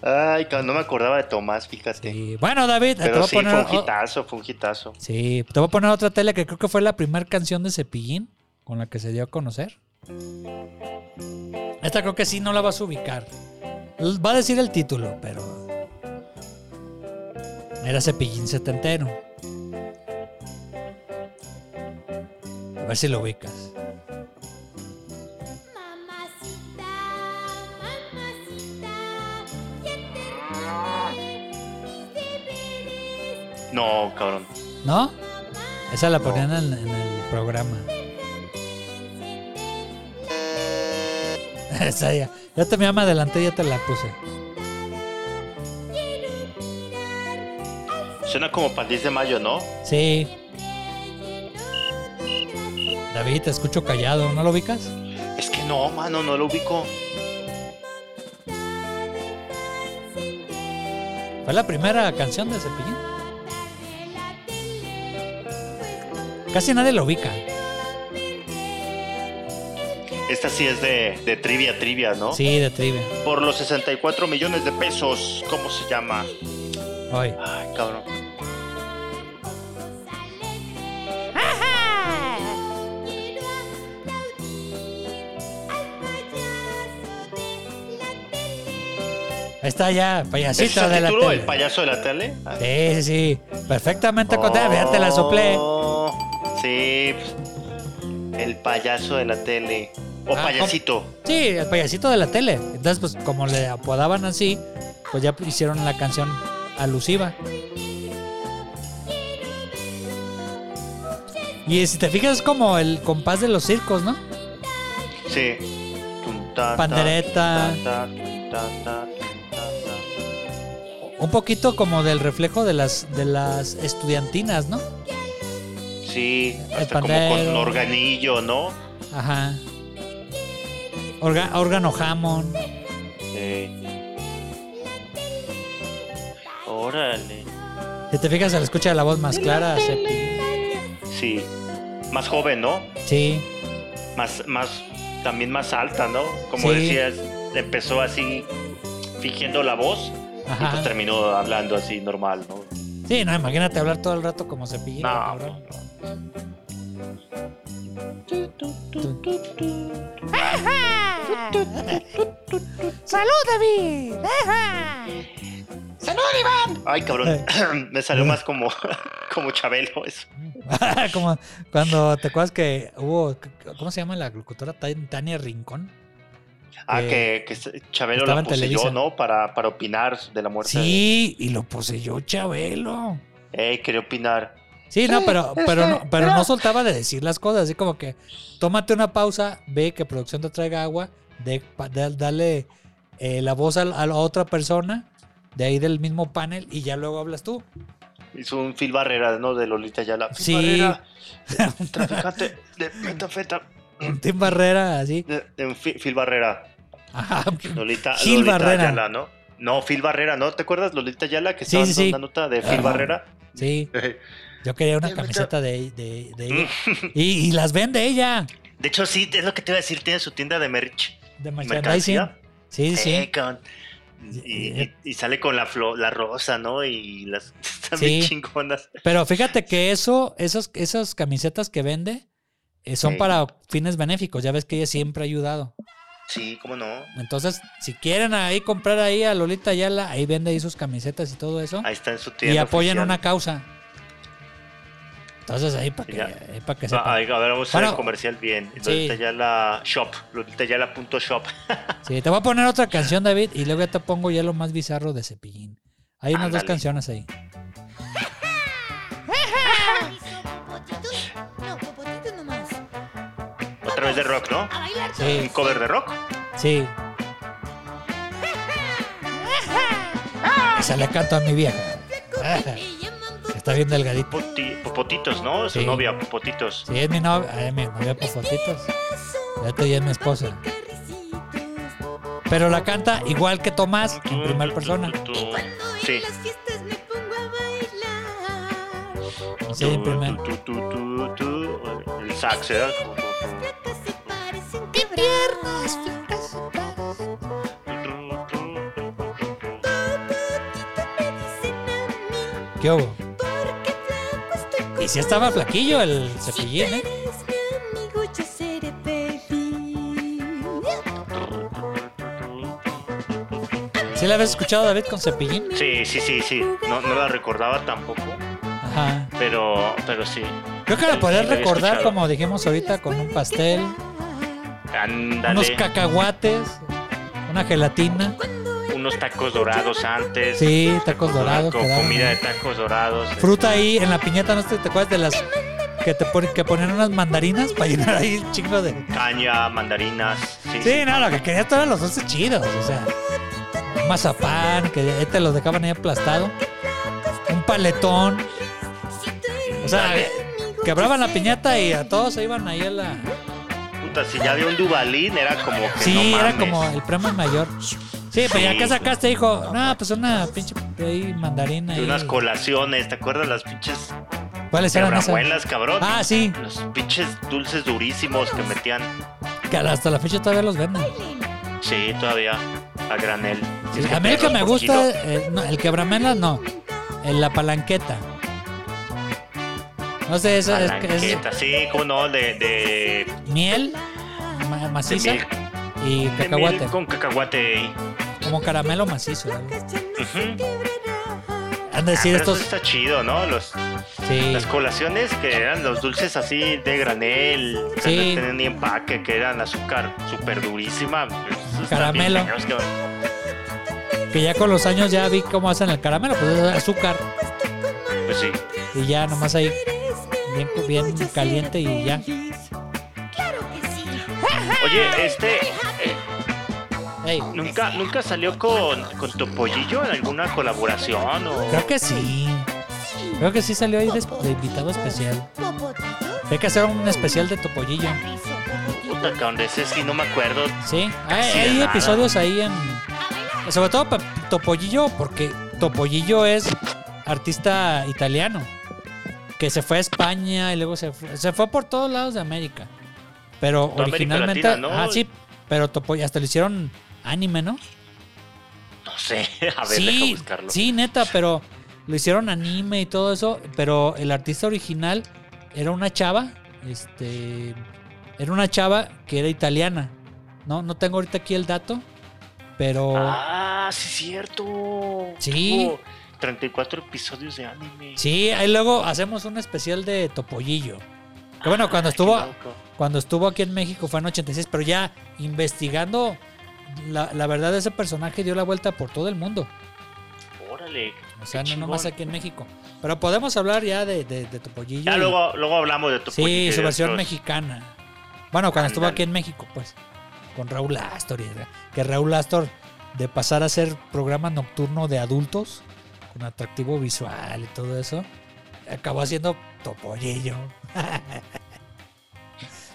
Speaker 1: Ay, cabrón, no me acordaba de Tomás, fíjate.
Speaker 2: sí. Bueno, David, te
Speaker 1: Pero
Speaker 2: voy a
Speaker 1: sí, fue
Speaker 2: poner
Speaker 1: un
Speaker 2: o-
Speaker 1: hitazo, fue un hitazo.
Speaker 2: Sí, te voy a poner otra tele que creo que fue la primera canción de Cepillín con la que se dio a conocer. Esta creo que sí no la vas a ubicar. L- Va a decir el título, pero. Era Cepillín setentero. A ver si lo ubicas.
Speaker 5: Mamacita, mamacita, qué ternura de mis deberes.
Speaker 1: No, cabrón.
Speaker 2: ¿No? Esa la ponían en, en el programa. Esa ya. Ya te me llama adelante, ya te la puse.
Speaker 1: Suena como Pandís de Mayo, ¿no?
Speaker 2: Sí. David, te escucho callado, ¿no lo ubicas?
Speaker 1: Es que no, mano, no lo ubico.
Speaker 2: Fue la primera canción de Cepillín. Casi nadie lo ubica.
Speaker 1: Esta sí es de, de trivia, trivia, ¿no?
Speaker 2: Sí, de trivia.
Speaker 1: Por los 64 millones de pesos, ¿cómo se llama?
Speaker 2: Hoy.
Speaker 1: Ay, cabrón.
Speaker 2: Ahí está ya,
Speaker 1: ¿Ese es
Speaker 2: payasito
Speaker 1: el
Speaker 2: de la
Speaker 1: título,
Speaker 2: tele.
Speaker 1: el payaso de la tele? Ah.
Speaker 2: Sí, sí, sí. Perfectamente contada. Ya te la soplé.
Speaker 1: Oh, Sí. pues, El payaso de la tele. O
Speaker 2: Ah,
Speaker 1: payasito.
Speaker 2: Sí, el payasito de la tele. Entonces, pues como le apodaban así, pues ya hicieron la canción alusiva. Y si te fijas es como el compás de los circos, ¿no?
Speaker 1: Sí. Tun, ta, ta,
Speaker 2: Pandereta.
Speaker 1: tun, ta, ta, tun, ta, ta, tun, ta, ta.
Speaker 2: Un poquito como del reflejo de las de las estudiantinas, ¿no?
Speaker 1: Sí,
Speaker 2: El
Speaker 1: hasta como con
Speaker 2: pandero.
Speaker 1: organillo, ¿no?
Speaker 2: Ajá. Orga- órgano Hammond.
Speaker 1: Sí. Órale.
Speaker 2: Si te fijas, se le escucha la voz más clara. se-
Speaker 1: Sí. Más joven, ¿no?
Speaker 2: Sí.
Speaker 1: Más, más, también más alta, ¿no? Como
Speaker 2: Sí.
Speaker 1: decías, empezó así fingiendo la voz y pues
Speaker 2: Ajá.
Speaker 1: terminó hablando así normal, ¿no?
Speaker 2: Sí, no, imagínate hablar todo el rato como cepillín.
Speaker 1: No,
Speaker 2: cabrón. Oh,
Speaker 1: Ay,
Speaker 2: Eh.
Speaker 1: cabrón. Me salió más como, como Chabelo eso.
Speaker 2: como cuando te acuerdas que hubo, ¿cómo se llama la locutora? Tan- Tania Rincón.
Speaker 1: Ah,
Speaker 2: Eh,
Speaker 1: que, que se- Chabelo
Speaker 2: estaba
Speaker 1: la
Speaker 2: en
Speaker 1: poseyó,
Speaker 2: Televisa.
Speaker 1: ¿no? Para, para opinar de la muerte.
Speaker 2: Sí, y lo poseyó Chabelo.
Speaker 1: de- Eh, quería opinar.
Speaker 2: Sí, no, pero, pero, no, pero no soltaba de decir las cosas, así como que tómate una pausa, ve que producción te traiga agua, de, pa- da- dale eh, la voz a, la- a la otra persona de ahí del mismo panel y ya luego hablas tú.
Speaker 1: Hizo un Phil Barrera, ¿no? De Lolita Yala. Phil
Speaker 2: Sí.
Speaker 1: Barrera, traficante de metafeta.
Speaker 2: Tim Barrera, así.
Speaker 1: De, de Phil Phil Barrera.
Speaker 2: Ajá.
Speaker 1: Lolita,
Speaker 2: Gil
Speaker 1: Lolita
Speaker 2: Barrera.
Speaker 1: Ayala, ¿no? No, Phil Barrera, ¿no? ¿Te acuerdas, Lolita Ayala, que
Speaker 2: Sí,
Speaker 1: estaba
Speaker 2: sí,
Speaker 1: dando
Speaker 2: sí.
Speaker 1: una nota de Phil
Speaker 2: Ajá.
Speaker 1: Barrera?
Speaker 2: Sí,
Speaker 1: De
Speaker 2: yo quería una camiseta de, de- de ella. Y, y las vende ella,
Speaker 1: hecho, sí, es lo que te iba a decir, tiene su tienda de merch.
Speaker 2: de merchandising.
Speaker 1: Mercancía.
Speaker 2: Sí, sí, sí.
Speaker 1: Eh, cabrón. Y, y- y sale con la flor, la rosa, ¿no? Y las están bien
Speaker 2: Sí.
Speaker 1: chingonas.
Speaker 2: Pero fíjate que eso, esas, esas camisetas que vende eh, son
Speaker 1: Sí.
Speaker 2: para fines benéficos. Ya ves que ella siempre ha ayudado.
Speaker 1: Sí, cómo no.
Speaker 2: Entonces, si quieren ahí comprar ahí a Lolita Ayala, ahí vende ahí sus camisetas y todo eso.
Speaker 1: Ahí está en su tienda.
Speaker 2: Y apoyan
Speaker 1: oficial.
Speaker 2: una causa. Entonces ahí para que,
Speaker 1: Ya.
Speaker 2: ahí pa' que
Speaker 1: Ah,
Speaker 2: sepa.
Speaker 1: ahí, a ver, vamos a
Speaker 2: Bueno,
Speaker 1: ver el comercial bien.
Speaker 2: sí.
Speaker 1: Entonces ya la shop, ahorita ya la punto shop.
Speaker 2: Sí, te voy a poner otra canción, David, y luego ya te pongo ya lo más bizarro de Cepillín. Hay unas dos
Speaker 1: Ándale.
Speaker 2: canciones ahí. Ah.
Speaker 5: No, popotito nomás.
Speaker 1: Otra vez de rock, ¿no?
Speaker 5: A bailar
Speaker 1: Un
Speaker 2: Sí,
Speaker 1: cover de rock.
Speaker 2: sí. Esa le canto a mi vieja. que Está bien delgadita.
Speaker 1: Poti- popotitos, ¿no? Su
Speaker 2: Sí.
Speaker 1: novia, popotitos.
Speaker 2: Sí, es mi novia. Ay, mi novia Popotitos. Ya te ya es mi esposa. Pero la canta igual que Tomás en primera persona.
Speaker 1: Sí.
Speaker 2: Sí, en primer.
Speaker 1: Tu, tu, tu, tu, tu, El sax, ¿eh? ¿verdad?
Speaker 5: ¡Qué piernas! flacas!
Speaker 2: ¿Qué hubo? Y si estaba flaquillo el cepillín, ¿eh? ¿Sí la habías escuchado, David, con cepillín?
Speaker 1: Sí, sí, sí, sí. No, no la recordaba tampoco,
Speaker 2: Ajá.
Speaker 1: pero, pero sí.
Speaker 2: Creo que la podrías
Speaker 1: Sí, la había
Speaker 2: recordar,
Speaker 1: escuchado.
Speaker 2: como dijimos ahorita, con un pastel, unos
Speaker 1: Ándale,
Speaker 2: cacahuates, una gelatina.
Speaker 1: unos tacos dorados antes.
Speaker 2: Sí, tacos dorados,
Speaker 1: con
Speaker 2: quedaban
Speaker 1: comida
Speaker 2: bien.
Speaker 1: de tacos dorados. este,
Speaker 2: Fruta ahí en la piñata, ¿no te, te acuerdas de las que te pon- que ponían unas mandarinas para llenar ahí el chingo de.
Speaker 1: Caña, mandarinas. Sí, sí.
Speaker 2: Sí, no, lo que quería todos los dulces chidos, o sea, un mazapán, que ahí te los dejaban ahí aplastado, un paletón, o sea, quebraban la piñata y a todos se iban ahí a la...
Speaker 1: Puta, si ya había un Dubalín, era como que
Speaker 2: Sí,
Speaker 1: no
Speaker 2: era
Speaker 1: mames.
Speaker 2: como el premio mayor. Sí, pues ya
Speaker 1: Sí.
Speaker 2: que sacaste, dijo, no, pues una pinche ahí mandarina.
Speaker 1: Y
Speaker 2: Ahí.
Speaker 1: unas colaciones, ¿te acuerdas las pinches
Speaker 2: ¿Cuáles eran esas?
Speaker 1: quebramuelas, cabrón?
Speaker 2: Ah, sí,
Speaker 1: Los pinches dulces durísimos que metían.
Speaker 2: que hasta la fecha todavía los venden.
Speaker 1: Sí, todavía. A granel.
Speaker 2: Sí,
Speaker 1: Es
Speaker 2: a mí el que
Speaker 1: pedos
Speaker 2: me
Speaker 1: por
Speaker 2: gusta,
Speaker 1: kilo.
Speaker 2: eh, no, el quebramelas no, el la palanqueta. No sé, eso es, es
Speaker 1: Palanqueta, sí, cómo no, de, de,
Speaker 2: miel ma-
Speaker 1: de
Speaker 2: maciza
Speaker 1: miel,
Speaker 2: y
Speaker 1: de
Speaker 2: cacahuate,
Speaker 1: miel con cacahuate.
Speaker 2: como caramelo macizo. algo.
Speaker 1: Ujú.
Speaker 2: Han de
Speaker 1: Ah,
Speaker 2: decir
Speaker 1: pero eso
Speaker 2: estos,
Speaker 1: está chido, ¿no? Los,
Speaker 2: sí,
Speaker 1: Las colaciones que eran los dulces así de granel, que
Speaker 2: Sí.
Speaker 1: no tenían ni empaque, que eran azúcar súper durísima. Eso está bien
Speaker 2: Caramelo.
Speaker 1: cañón, es que-
Speaker 2: que ya con los años ya vi cómo hacen el caramelo, pues es azúcar
Speaker 1: Pues sí.
Speaker 2: y ya nomás ahí bien, bien caliente y ya.
Speaker 1: Oye, este eh,
Speaker 2: Ey,
Speaker 1: nunca nunca salió con, con Topollillo en alguna colaboración o
Speaker 2: creo que sí, creo que sí salió ahí de, de invitado especial. Hay que hacer un especial de topollillo.
Speaker 1: puta cabrón, de ese sí no me acuerdo.
Speaker 2: Sí, hay,
Speaker 1: Casi de
Speaker 2: hay
Speaker 1: nada.
Speaker 2: episodios ahí en. Sobre todo para Topollillo, porque Topollillo es artista italiano. Que se fue a España y luego se fue, se fue por todos lados de América. Pero
Speaker 1: Toda América
Speaker 2: originalmente.
Speaker 1: Latina, ¿no?
Speaker 2: Ah, sí, pero Topollillo. Hasta le hicieron anime, ¿no?
Speaker 1: No sé, a ver, deja
Speaker 2: sí,
Speaker 1: buscarlo.
Speaker 2: sí, neta, pero lo hicieron anime y todo eso. Pero el artista original era una chava. Este. Era una chava que era italiana. No, no tengo ahorita aquí el dato. Pero.
Speaker 1: Ah, sí es cierto.
Speaker 2: Sí.
Speaker 1: Tuvo 34 episodios de anime.
Speaker 2: Sí, ahí luego hacemos un especial de Topollillo. Que bueno, cuando
Speaker 1: Ah, qué
Speaker 2: estuvo,
Speaker 1: loco.
Speaker 2: cuando estuvo aquí en México fue en 86, pero ya investigando la, la verdad de ese personaje dio la vuelta por todo el mundo.
Speaker 1: Órale.
Speaker 2: O sea,
Speaker 1: qué
Speaker 2: no
Speaker 1: chingón.
Speaker 2: nomás aquí en México. Pero podemos hablar ya de, de, de Topollillo.
Speaker 1: Ya
Speaker 2: y-
Speaker 1: luego, luego hablamos de Topollillo. y
Speaker 2: Sí, su
Speaker 1: de
Speaker 2: versión
Speaker 1: otros.
Speaker 2: mexicana. Bueno, cuando estuvo
Speaker 1: Ándale.
Speaker 2: aquí en México, pues. Con Raúl Astor. y- Que Raúl Astor, de pasar a hacer programa nocturno de adultos, con atractivo visual y todo eso, acabó haciendo topollillo.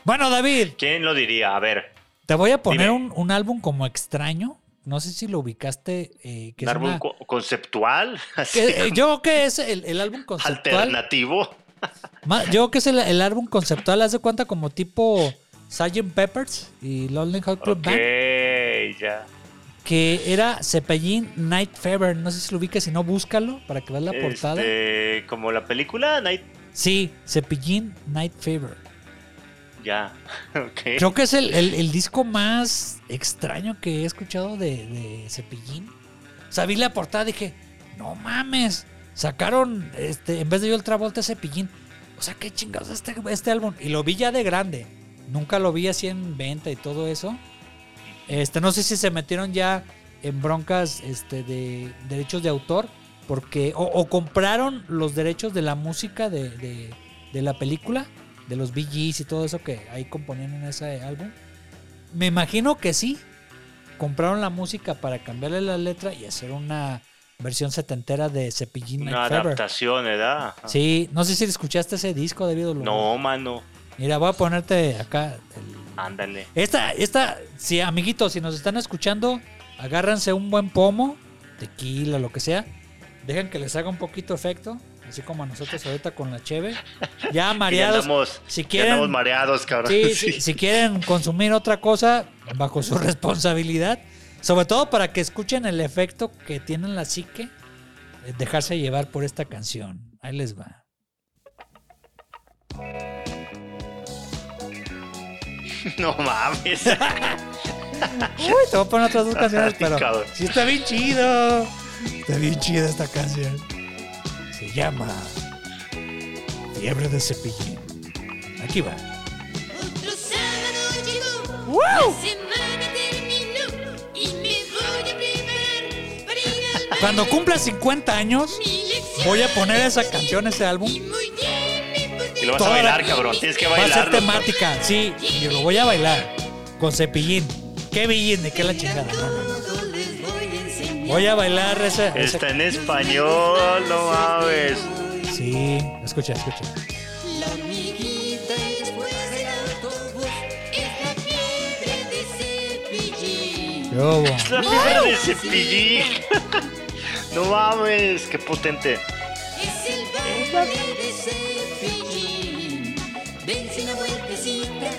Speaker 2: bueno, David,
Speaker 1: ¿Quién lo diría? A ver.
Speaker 2: te voy a poner
Speaker 1: Dime.
Speaker 2: un, un álbum como extraño. No sé si lo ubicaste. eh, que
Speaker 1: un
Speaker 2: es
Speaker 1: álbum
Speaker 2: una-
Speaker 1: co- conceptual, así,
Speaker 2: que- eh, yo que es el, el álbum conceptual.
Speaker 1: alternativo.
Speaker 2: Ma- Yo que es el, el álbum conceptual, haz de cuenta como tipo Sgt. Peppers y Lonely Heart Club
Speaker 1: Ok,
Speaker 2: Band,
Speaker 1: ya.
Speaker 2: que era Cepellín Night Fever. No sé si lo ubicas, si no, búscalo para que veas la portada.
Speaker 1: Este, como la película, Night,
Speaker 2: Sí, Cepellín Night Fever.
Speaker 1: ya. Ok.
Speaker 2: Creo que es el, el- el disco más extraño que he escuchado de, de Cepillín. O sea, vi la portada y dije, no mames, sacaron, este, en vez de yo el Travolta, Cepillín. o sea, qué chingados este, este álbum. Y lo vi ya de grande. Nunca lo vi así en venta y todo eso. Este, no sé si se metieron ya en broncas este, de derechos de autor. Porque. O, o compraron los derechos de la música de, de- de la película. De los Bee Gees y todo eso que ahí componían en ese álbum. Me imagino que sí. Compraron la música para cambiarle la letra y hacer una versión setentera de Cepillín
Speaker 1: Una
Speaker 2: Nightfever.
Speaker 1: adaptación, ¿verdad?
Speaker 2: Sí, no sé si escuchaste ese disco, David. o lo-
Speaker 1: No, mano.
Speaker 2: Mira, voy a ponerte acá. el-
Speaker 1: Ándale.
Speaker 2: Esta, esta, sí, amiguitos, si nos están escuchando, agárranse un buen pomo, tequila, lo que sea. Dejan que les haga un poquito efecto, así como a nosotros ahorita con la cheve. Ya
Speaker 1: Ya
Speaker 2: mareados.
Speaker 1: andamos,
Speaker 2: si
Speaker 1: ya
Speaker 2: quieren-
Speaker 1: andamos mareados, cabrón.
Speaker 2: Sí,
Speaker 1: Sí.
Speaker 2: Si, si quieren consumir otra cosa, bajo su responsabilidad. Sobre todo para que escuchen el efecto que tiene en la psique, eh, dejarse llevar por esta canción. Ahí les va.
Speaker 1: No mames.
Speaker 2: Uy, te voy a poner otras dos canciones,
Speaker 1: Ay,
Speaker 2: pero
Speaker 1: cabrón.
Speaker 2: sí está bien chido. Está bien chida esta canción. Se llama Fiebre de Cepillín. Aquí va.
Speaker 8: Otro sábado llegó,
Speaker 2: ¡Wow!
Speaker 8: la semana terminó y me voy a preparar para ir al bar.
Speaker 2: Cuando cumpla 50 años,
Speaker 8: Mi lección
Speaker 2: voy a poner esa canción, ese álbum.
Speaker 8: y muy bien me porté.
Speaker 1: Y lo vas
Speaker 2: Toda
Speaker 1: a bailar,
Speaker 2: la-
Speaker 1: cabrón. Tienes que
Speaker 2: Va a ser
Speaker 1: bailarlo.
Speaker 2: temática, sí. Yo lo voy a bailar con Cepillín. ¿Qué billín? ¿De qué la chingada? No, no, no.
Speaker 8: Todo les voy a enseñar.
Speaker 2: Voy a bailar esa. esa-
Speaker 1: Está en español, no mames.
Speaker 2: Sí, escucha, escucha.
Speaker 8: La amiguita después del autobús es la fiebre de cepillín.
Speaker 2: ¿Qué hubo?
Speaker 1: Es la fiebre de cepillín. No mames, qué potente.
Speaker 8: Es el baile de cepillín. Dense una vueltecita.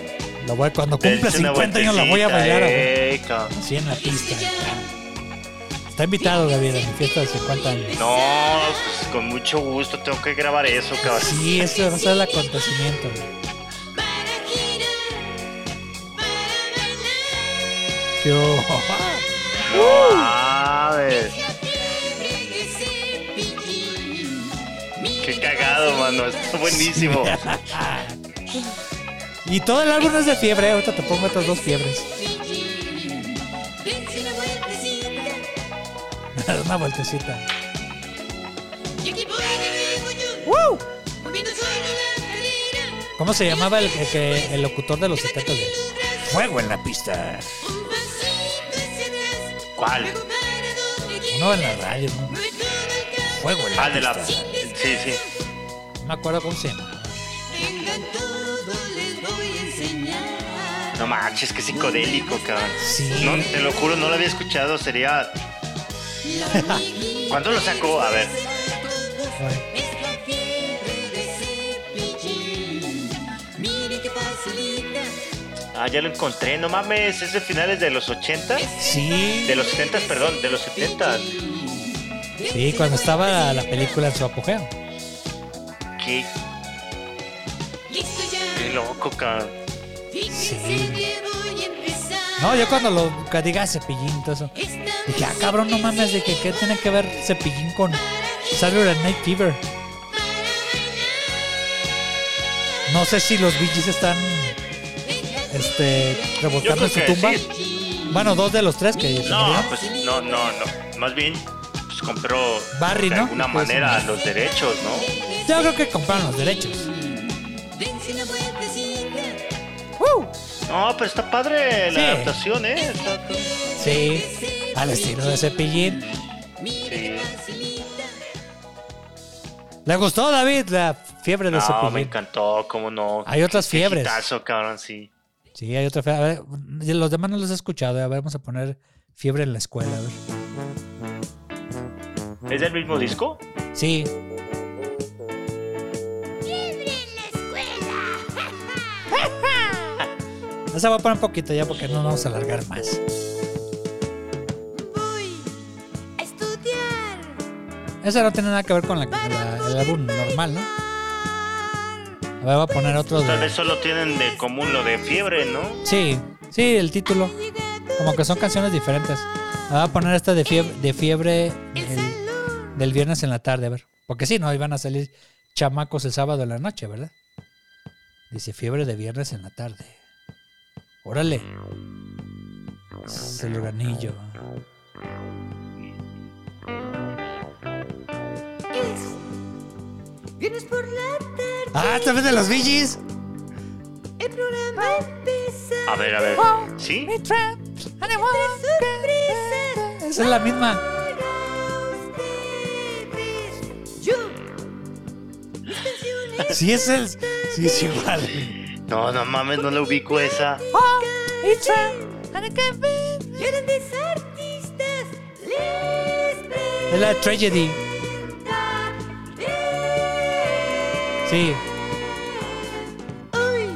Speaker 2: La voy- cuando cumpla
Speaker 1: Dense una
Speaker 2: 50 años la voy a
Speaker 1: vueltecita,
Speaker 2: bailar. güey.
Speaker 1: eh, cabrón.
Speaker 2: Así en la pista.
Speaker 8: Ya.
Speaker 2: Está invitado, David, a mi fiesta de 50 años.
Speaker 1: No, pues con mucho gusto tengo que grabar eso, cabrón.
Speaker 2: Sí, eso va a ser el acontecimiento. güey.
Speaker 8: Para girar. Para bailar.
Speaker 2: ¿Qué hubo?
Speaker 1: No mames.
Speaker 8: La fiebre de cepillín.
Speaker 1: Qué cagado, mano. Está buenísimo.
Speaker 2: Y todo el álbum es de fiebre. Ahorita te pongo otras dos fiebres.
Speaker 8: Cepillín. Dense una vueltecita.
Speaker 2: Una vueltecita.
Speaker 8: Y aquí voy de nuevo yo. Moviendo solo la cadera.
Speaker 2: ¿Cómo se llamaba el, el que- el locutor de los 70 de Fuego en la pista.
Speaker 8: Un pasito hacia atrás.
Speaker 1: ¿Cuál?
Speaker 8: Luego para donde
Speaker 2: Uno en
Speaker 8: quieras.
Speaker 2: la radio, ¿no?
Speaker 8: Mueve todo
Speaker 2: Fuego en la
Speaker 1: Ah, de la.
Speaker 2: pista.
Speaker 1: Sí, sí.
Speaker 2: No me acuerdo cómo se llama.
Speaker 8: el cal- Vengan todo les voy a enseñar.
Speaker 1: No manches, qué psicodélico, cabrón.
Speaker 2: Sí.
Speaker 1: No, te lo juro, no lo había escuchado. Sería. ¿Cuándo lo sacó? A ver.
Speaker 2: Ay,
Speaker 8: Es la fiebre de cepillín. Mire qué facilita.
Speaker 1: Ah, ya lo encontré. No mames, es de finales de los 80.
Speaker 2: Sí.
Speaker 1: De los 70, perdón, de los 70.
Speaker 2: Sí, cuando estaba la película en su apogeo.
Speaker 1: Qué,
Speaker 8: Listo ya.
Speaker 1: qué loco, cabrón.
Speaker 8: Fíjense
Speaker 2: Sí.
Speaker 8: que voy a empezar.
Speaker 2: No, yo cuando lo que diga cepillín, todo eso.
Speaker 8: Estamos
Speaker 2: Dije, ah, cabrón, no mames, de que qué tiene que ver cepillín con Saturday Night Fever. No sé si los Bee Gees están este,
Speaker 1: Yo creo
Speaker 2: rebotando en su
Speaker 1: que
Speaker 2: tumba.
Speaker 1: sí.
Speaker 2: Bueno, dos de los tres que se
Speaker 1: No,
Speaker 2: murieron.
Speaker 1: pues no, no, no. Más bien, pues compró
Speaker 2: Barry,
Speaker 1: de
Speaker 2: ¿no?
Speaker 1: alguna
Speaker 2: Pues,
Speaker 1: manera
Speaker 2: sí.
Speaker 1: los derechos, ¿no?
Speaker 2: Yo creo que compraron los derechos.
Speaker 8: Dense una vueltecita.
Speaker 1: No, pero está padre la
Speaker 2: Sí.
Speaker 1: adaptación, ¿eh? Está-
Speaker 2: Sí, al estilo de cepillín.
Speaker 1: sí.
Speaker 2: ¿Le gustó, David, la fiebre de
Speaker 1: No, me
Speaker 2: cepillín?
Speaker 1: encantó, cómo no.
Speaker 2: Hay otras
Speaker 1: Qué
Speaker 2: fiebres.
Speaker 1: hitazo, cabrón, sí.
Speaker 2: Sí, hay otra fiebre. A ver, los demás no los he escuchado. A ver, vamos a poner fiebre en la escuela. A ver.
Speaker 1: ¿Es del mismo disco?
Speaker 2: Sí, esa voy a poner un poquito ya porque no nos vamos a alargar más.
Speaker 8: Voy a estudiar.
Speaker 2: Esa no tiene nada que ver con la, la- el álbum normal, ¿no? A ver, voy a poner otro
Speaker 1: Tal
Speaker 2: de...
Speaker 1: vez solo tienen de común lo de fiebre, ¿no?
Speaker 2: Sí, sí, el título. Como que son canciones diferentes. Ah, Voy a poner esta de fiebre, de fiebre el- del viernes en la tarde, a ver. Porque sí, no, iban a salir chamacos el sábado en la noche, ¿verdad? Dice fiebre de viernes en la tarde. Órale. Es el organillo.
Speaker 5: Es- Vienes por la tarde.
Speaker 2: Ah, Ah. también de los VGs.
Speaker 5: El programa empieza.
Speaker 1: A ver, a ver. ¿Sí?
Speaker 5: Sorpresas.
Speaker 2: Esa es la misma.
Speaker 5: Juegos breves. Yo. Mis canciones.
Speaker 2: Sí, es el. Sí, es igual.
Speaker 1: No, no mames, no le ubico esa.
Speaker 5: Oh, Grandes artistas. Les
Speaker 2: Es la Tragedy.
Speaker 5: presentaré.
Speaker 2: Sí.
Speaker 5: Hoy,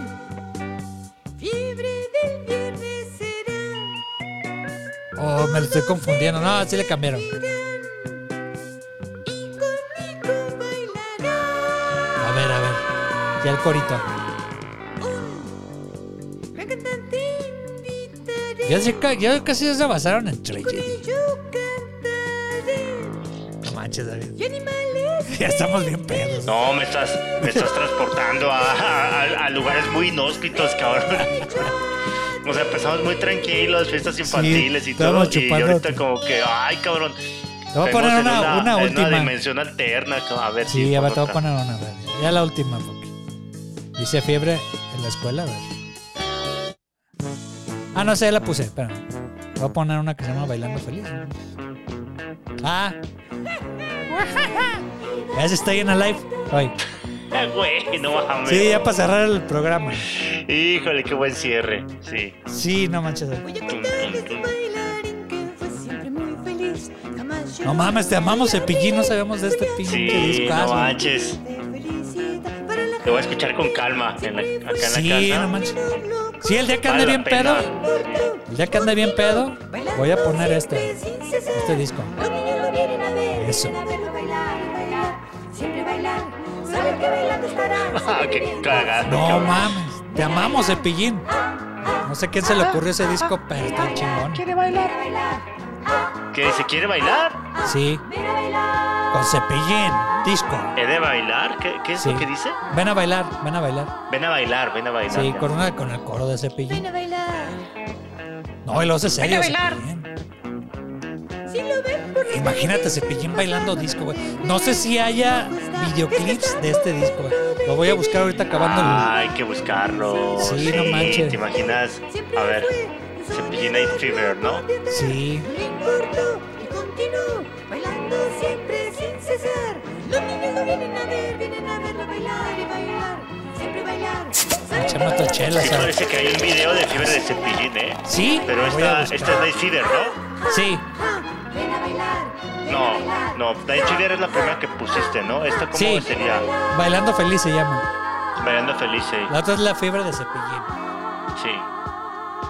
Speaker 5: fiebre del viernes será.
Speaker 2: Oh, me lo estoy confundiendo. No, sí le cambiaron.
Speaker 5: Y conmigo bailará.
Speaker 2: A ver, a ver. Ya el corito.
Speaker 5: Un gran cantante invitaré.
Speaker 2: Ya, se, ca- ya casi se basaron en
Speaker 5: Y
Speaker 2: Tragedy.
Speaker 5: yo cantaré.
Speaker 2: No manches, David.
Speaker 5: Y animales
Speaker 2: Ya estamos bien pedos.
Speaker 1: No, me estás, me estás transportando a, a- a lugares muy inhóspitos, cabrón. O sea, empezamos muy tranquilos, fiestas infantiles y todo.
Speaker 2: estábamos
Speaker 1: Y
Speaker 2: chupando.
Speaker 1: ahorita como que, ay, cabrón.
Speaker 2: Te voy a
Speaker 1: Vemos
Speaker 2: poner
Speaker 1: en
Speaker 2: una, una,
Speaker 1: en
Speaker 2: última.
Speaker 1: Una dimensión alterna, cabrón. a ver
Speaker 2: sí,
Speaker 1: si
Speaker 2: a ver,
Speaker 1: pongo
Speaker 2: te voy a
Speaker 1: otra.
Speaker 2: poner una. a ver. Ya la última, porque. Dice fiebre en la escuela, a ver. Ah, no sé, ya la puse, espera. Te Voy a poner una que se llama Bailando Feliz. Ah. Ya se está en la live hoy.
Speaker 1: Ah, Güey, no mames.
Speaker 2: Sí, ya para cerrar el programa.
Speaker 1: Híjole, qué buen cierre. Sí.
Speaker 2: Sí, no manches.
Speaker 5: Voy a contarles un bailarín que fue siempre muy feliz. Jamás
Speaker 2: No mames, te amamos, Cepillín. No sabemos de este pinche
Speaker 1: Sí, no
Speaker 2: discazo.
Speaker 1: manches. Lo voy a escuchar con calma en la- acá en
Speaker 2: Sí,
Speaker 1: la
Speaker 2: no
Speaker 1: casa.
Speaker 2: manches. Sí, el día que ande
Speaker 1: Vale la
Speaker 2: bien
Speaker 1: pena.
Speaker 2: pedo. El día que ande bien pedo, voy a poner este. Este disco.
Speaker 5: Los niños lo vienen a ver,
Speaker 2: Eso.
Speaker 5: vienen a verlo bailar y bailar, siempre bailar. Saben que bailando estarán.
Speaker 1: Ah,
Speaker 5: siempre
Speaker 1: qué
Speaker 5: bien.
Speaker 1: cagada.
Speaker 2: No mames, te amamos, Cepillín. No sé quién se le ocurrió ese disco, pero está chingón.
Speaker 3: Quiere bailar.
Speaker 1: ¿Que se quiere bailar?
Speaker 2: Sí, con Cepillín, disco.
Speaker 1: ¿He de bailar? ¿Qué, qué es
Speaker 2: Sí.
Speaker 1: lo que dice?
Speaker 2: Ven a bailar, ven a bailar.
Speaker 1: Ven a bailar, ven a bailar.
Speaker 2: Sí,
Speaker 1: ya.
Speaker 2: con, una- con el coro de Cepillín.
Speaker 5: Ven a bailar.
Speaker 2: No, y lo hace serio.
Speaker 3: Ven a bailar.
Speaker 2: Cepillín.
Speaker 5: Si lo ven por la
Speaker 2: Imagínate
Speaker 5: calle,
Speaker 2: Cepillín bailando disco, güey. No sé si haya videoclips de este disco, güey. Lo voy a buscar ahorita acabando el.
Speaker 1: Ay, hay que buscarlo.
Speaker 2: Sí, no manches.
Speaker 1: ¿Te imaginas?
Speaker 5: siempre
Speaker 1: A ver,
Speaker 5: fue un
Speaker 1: Cepillín
Speaker 5: sonido
Speaker 1: Night Fever, ¿no?
Speaker 5: de
Speaker 2: Sí.
Speaker 5: No le importó y continuó bailando siempre sin cesar. Los niños lo vienen a ver, vienen a verlo bailar y bailar, siempre bailar. Saben que
Speaker 2: Echame otra
Speaker 5: bailar
Speaker 2: chela,
Speaker 1: Sí,
Speaker 2: ¿sabes?
Speaker 1: parece que hay un video de fiebre de cepillín, ¿eh?
Speaker 2: Sí,
Speaker 1: Pero
Speaker 2: lo voy a
Speaker 1: esta,
Speaker 2: buscar.
Speaker 1: esta es Night Fever, ¿no?
Speaker 2: Sí,
Speaker 5: Ah, ven a bailar. ven a
Speaker 1: No,
Speaker 5: bailar. Ah,
Speaker 1: no. Night Fever es la primera que pusiste, ¿no? ¿Esta cómo
Speaker 2: Sí.
Speaker 1: sería?
Speaker 2: Bailando Feliz se llama.
Speaker 1: Bailando feliz, sí.
Speaker 2: La otra es la fiebre de Cepillín.
Speaker 1: Sí.
Speaker 5: ah,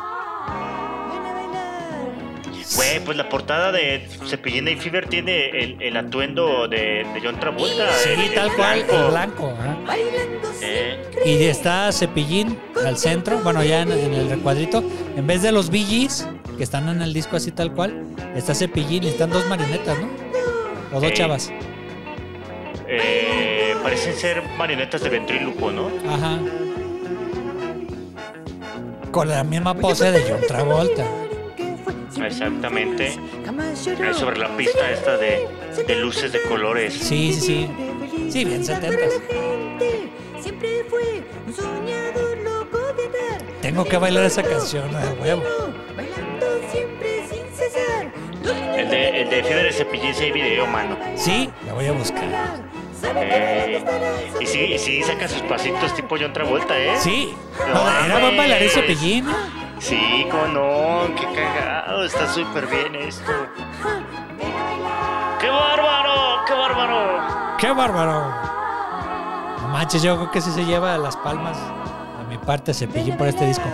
Speaker 5: Ven a bailar.
Speaker 1: Güey, pues la portada de Cepillín Night Fever tiene el, el atuendo de, de John Travolta. el-
Speaker 2: Sí,
Speaker 1: el
Speaker 2: tal cual,
Speaker 1: blanco.
Speaker 2: el blanco. ajá.
Speaker 5: Bailando
Speaker 1: Eh.
Speaker 5: siempre.
Speaker 2: Y está Cepillín al centro, bueno, ya en, en el recuadrito. En vez de los BGs, que están en el disco así tal cual, está Cepillín y están dos marionetas, ¿no? O dos
Speaker 1: Sí.
Speaker 2: chavas.
Speaker 1: Eh, parecen ser marionetas de ventríluco, ¿no?
Speaker 2: Ajá. Con la misma pose
Speaker 5: pues,
Speaker 2: de John Travolta.
Speaker 1: Exactamente. Ahí sobre la pista esta de, de luces de colores.
Speaker 2: Sí, sí, sí. Sí, bien setentas.
Speaker 5: Siempre fue un soñador loco de dar.
Speaker 2: Tengo que bailar esa canción de huevo.
Speaker 5: Bailando siempre sin cesar.
Speaker 1: El de, el de Fiebre de Cepillín sí hay video, mano.
Speaker 2: Sí, la voy a buscar.
Speaker 1: Ey. Eh, Y sí, y sí saca sus pasitos tipo John Travolta, ¿eh?
Speaker 2: Sí,
Speaker 1: No
Speaker 2: no, era buen bailarín
Speaker 1: mames.
Speaker 2: Cepillín. ¿eh? ¿no?
Speaker 1: Sí, cómo no, qué cagado, está súper bien esto. ¡Qué bárbaro! ¡Qué bárbaro!
Speaker 2: ¡Qué bárbaro! No manches, yo creo que sí se lleva las palmas de mi parte Cepillín por este disco.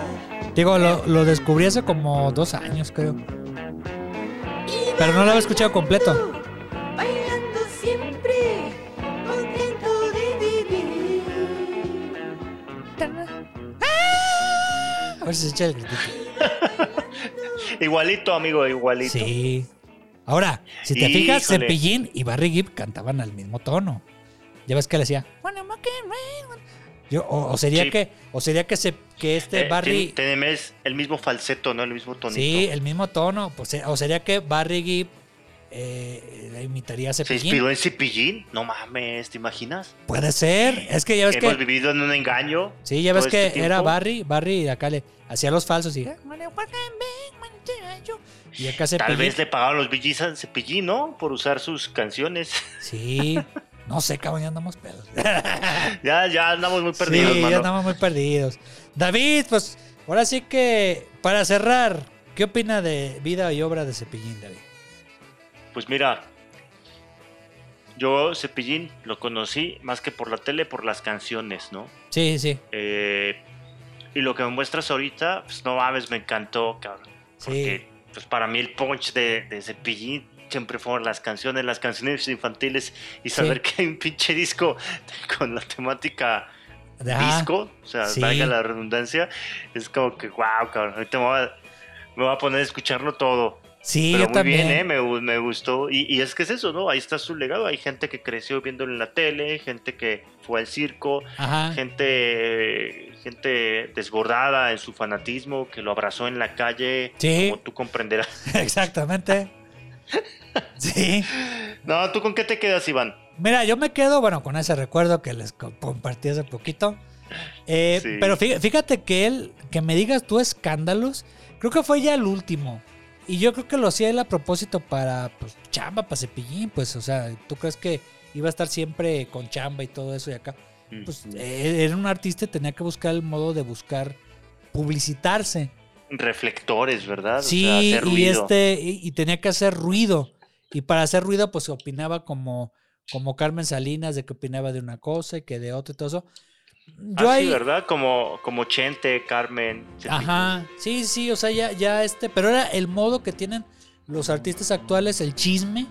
Speaker 2: Digo, lo, lo descubrí hace como dos años, creo. Pero no lo había escuchado completo.
Speaker 5: Bailando siempre, contento de vivir.
Speaker 2: A ver si se echa el gritito.
Speaker 1: Igualito, amigo, igualito. Eh,
Speaker 2: Sí. Ahora, si te fijas,
Speaker 1: Híjole.
Speaker 2: Cepillín y Barry Gibb cantaban al mismo tono. Ya ves que le decía. "Wanna make it rain". Yo, o, o sería
Speaker 1: Sí.
Speaker 2: que, o sería que se, que este
Speaker 1: Eh,
Speaker 2: Barry.
Speaker 1: tien- Tenemos el mismo falseto, ¿no? El mismo tonito.
Speaker 2: Sí, el mismo tono. Pues, se- o sería que Barry Gibb eh, la imitaría a
Speaker 1: Se
Speaker 2: Cepillín.
Speaker 1: inspiró en Cepillín. No mames, ¿te imaginas?
Speaker 2: Puede ser. Es que ya ves
Speaker 1: Hemos
Speaker 2: que.
Speaker 1: vivido en un engaño.
Speaker 2: Sí, ya
Speaker 1: Eh, pues, todo
Speaker 2: ves que
Speaker 1: este
Speaker 2: era
Speaker 1: tiempo.
Speaker 2: Barry, Barry y acá le hacía los falsos y. Y acá se
Speaker 1: Tal vez le pagaban los billis a Cepillín, ¿no? Por usar sus canciones.
Speaker 2: Sí. No sé, cabrón, ya andamos pedos.
Speaker 1: ya, ya andamos muy perdidos,
Speaker 2: sí, ya
Speaker 1: mano.
Speaker 2: andamos muy perdidos. David, pues ahora sí que para cerrar, ¿qué opina de vida y obra de Cepillín, David?
Speaker 1: Pues mira, yo Cepillín lo conocí más que por la tele, por las canciones, ¿no?
Speaker 2: Sí, sí,
Speaker 1: Eh, y lo que me muestras ahorita, pues no mames, me encantó, cabrón.
Speaker 2: sí.
Speaker 1: Porque pues para mí el punch de, de Cepillín siempre fueron las canciones, las canciones infantiles y saber que hay un pinche disco con la temática
Speaker 2: Ajá.
Speaker 1: disco, o sea,
Speaker 2: Sí.
Speaker 1: valga la redundancia, es como que wow, cabrón, ahorita me voy a, me voy a poner a escucharlo todo.
Speaker 2: Sí,
Speaker 1: Pero
Speaker 2: yo
Speaker 1: muy
Speaker 2: también.
Speaker 1: bien, ¿eh? me, gu- me gustó. Y, y es que es eso, ¿no? Ahí está su legado. Hay gente que creció viéndolo en la tele, gente que fue al circo,
Speaker 2: Ajá.
Speaker 1: gente, gente desbordada en su fanatismo, que lo abrazó en la calle,
Speaker 2: Sí.
Speaker 1: como tú comprenderás.
Speaker 2: Exactamente. Sí.
Speaker 1: No, ¿tú con qué te quedas, Iván?
Speaker 2: Mira, yo me quedo, bueno, con ese recuerdo que les co- compartí hace poquito. Eh,
Speaker 1: Sí.
Speaker 2: Pero fí- fíjate que él, que me digas tú escándalos, creo que fue ya el último. Y yo creo que lo hacía él a propósito para, pues, chamba, para cepillín, pues, o sea, ¿tú crees que iba a estar siempre con chamba y todo eso y acá? Pues, eh, era un artista y tenía que buscar el modo de buscar publicitarse.
Speaker 1: Reflectores, ¿verdad? O
Speaker 2: Sí,
Speaker 1: sea, hace
Speaker 2: y
Speaker 1: ruido.
Speaker 2: este y, y tenía que hacer ruido. Y para hacer ruido, pues opinaba como, como Carmen Salinas, de que opinaba de una cosa y que de otra y todo eso. Yo
Speaker 1: Ah, sí,
Speaker 2: ahí.
Speaker 1: ¿verdad? Como, como Chente, Carmen. Cepillín.
Speaker 2: ajá. Sí, sí, o sea, ya, ya este. Pero era el modo que tienen los artistas actuales, el chisme,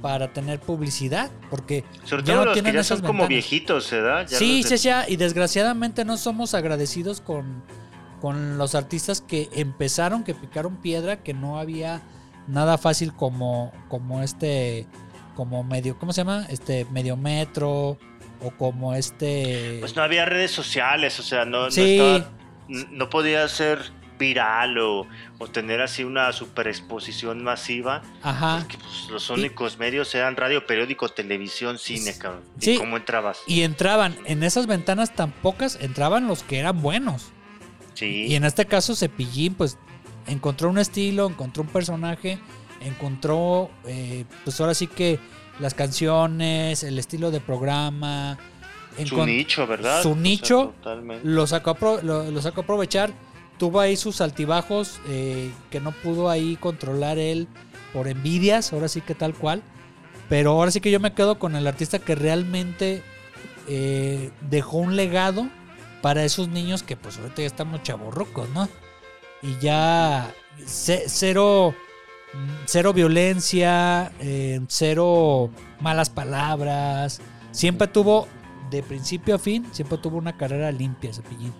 Speaker 2: para tener publicidad. Porque
Speaker 1: Sobre
Speaker 2: ya
Speaker 1: todo
Speaker 2: no
Speaker 1: los que
Speaker 2: tienen
Speaker 1: ya
Speaker 2: esas
Speaker 1: son como
Speaker 2: ventanas.
Speaker 1: viejitos, ¿verdad? Ya
Speaker 2: sí,
Speaker 1: los
Speaker 2: sí,
Speaker 1: de-
Speaker 2: sí, y desgraciadamente no somos agradecidos con, con los artistas que empezaron, que picaron piedra, que no había nada fácil como, como este, como medio, ¿cómo se llama? Este medio metro o como este...
Speaker 1: Pues no había redes sociales, o sea, no, no
Speaker 2: Sí.
Speaker 1: estaba- n- no podía ser viral o, o tener así una super exposición masiva.
Speaker 2: Ajá.
Speaker 1: porque, pues, los únicos medios eran radio, periódico, televisión, cine, cabrón.
Speaker 2: Sí.
Speaker 1: ¿Y cómo entrabas?
Speaker 2: Y entraban, en esas ventanas tan pocas, entraban los que eran buenos.
Speaker 1: sí.
Speaker 2: Y en este caso, Cepillín, pues, encontró un estilo, encontró un personaje, encontró, eh, pues ahora sí que las canciones, el estilo de programa.
Speaker 1: su
Speaker 2: encon-
Speaker 1: nicho, ¿verdad?
Speaker 2: su nicho,
Speaker 1: totalmente.
Speaker 2: Lo sacó, a pro- lo, lo sacó a aprovechar. Tuvo ahí sus altibajos eh, que no pudo ahí controlar él por envidias, ahora sí que tal cual. Pero ahora sí que yo me quedo con el artista que realmente eh, dejó un legado para esos niños que pues ahorita ya estamos chavorrucos, ¿no? Y ya ce- cero, mm, cero violencia, eh, cero malas palabras. Siempre tuvo, de principio a fin, siempre tuvo una carrera limpia Cepillín.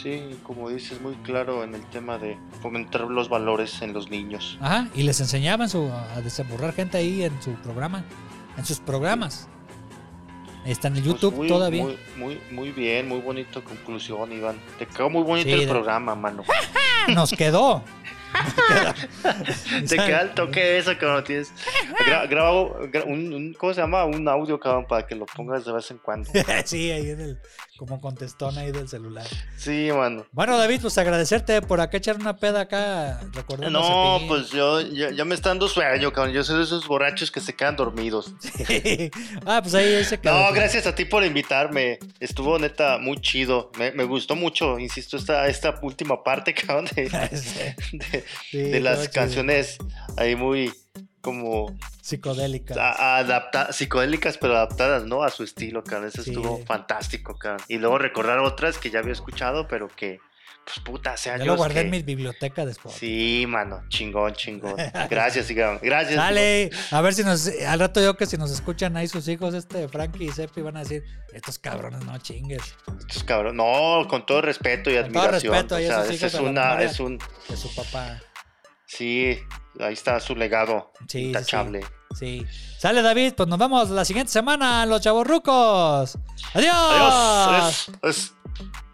Speaker 1: Sí, como dices, muy claro en el tema de fomentar los valores en los niños.
Speaker 2: Ajá, y les enseñaban su, a desemburrar gente ahí en su programa, en sus programas. Está en el
Speaker 1: Pues
Speaker 2: YouTube
Speaker 1: muy,
Speaker 2: todavía.
Speaker 1: Muy, muy, muy bien, muy bonita conclusión, Iván. Te quedó muy bonito
Speaker 2: Sí,
Speaker 1: el
Speaker 2: de-
Speaker 1: programa, mano.
Speaker 2: Nos quedó.
Speaker 1: Te queda el toque de eso, cabrón. Tienes. Gra- grabo gra- un, un- ¿Cómo se llama? Un audio, cabrón, para que lo pongas de vez en cuando.
Speaker 2: sí, ahí en el, como contestón ahí del celular.
Speaker 1: Sí, mano.
Speaker 2: Bueno, David, pues agradecerte por acá echar una peda acá recordando. a
Speaker 1: No,
Speaker 2: Cepillín.
Speaker 1: pues yo ya, ya me está dando sueño, cabrón. Yo soy de esos borrachos que se quedan dormidos.
Speaker 2: ah, pues ahí se quedó.
Speaker 1: No, gracias a ti por invitarme. Estuvo neta muy chido. Me, me gustó mucho, insisto, esta, esta última parte, cabrón, de, de-
Speaker 2: Sí,
Speaker 1: de las
Speaker 2: estaba chido.
Speaker 1: canciones ahí muy como
Speaker 2: psicodélicas.
Speaker 1: a- a adapta- psicodélicas pero adaptadas, ¿no? A su estilo, cabrón. Eso
Speaker 2: Sí.
Speaker 1: estuvo fantástico, cabrón. Y luego recordar otras que ya había escuchado, pero que, pues puta, hace
Speaker 2: ya
Speaker 1: años.
Speaker 2: lo guardé
Speaker 1: que-
Speaker 2: en mi biblioteca después.
Speaker 1: Sí, mano, chingón, chingón. Gracias, Igam. Gracias.
Speaker 2: Dale, a ver si nos, eh, al rato yo que si nos escuchan ahí sus hijos, este Frankie y Seppi van a decir, estos cabrones no chingues.
Speaker 1: Igam. Estos cabrón. No, con todo respeto y
Speaker 2: Con todo
Speaker 1: admiración.
Speaker 2: respeto, y
Speaker 1: o sea,
Speaker 2: esos
Speaker 1: ese
Speaker 2: hijos
Speaker 1: es
Speaker 2: de la
Speaker 1: una,
Speaker 2: memoria.
Speaker 1: es un,
Speaker 2: De su papá.
Speaker 1: Sí, ahí está su legado
Speaker 2: Sí, sí,
Speaker 1: intachable.
Speaker 2: Sí. Sale David, pues nos vemos la siguiente semana, los chavorrucos. Adiós.
Speaker 1: Adiós. adiós, adiós.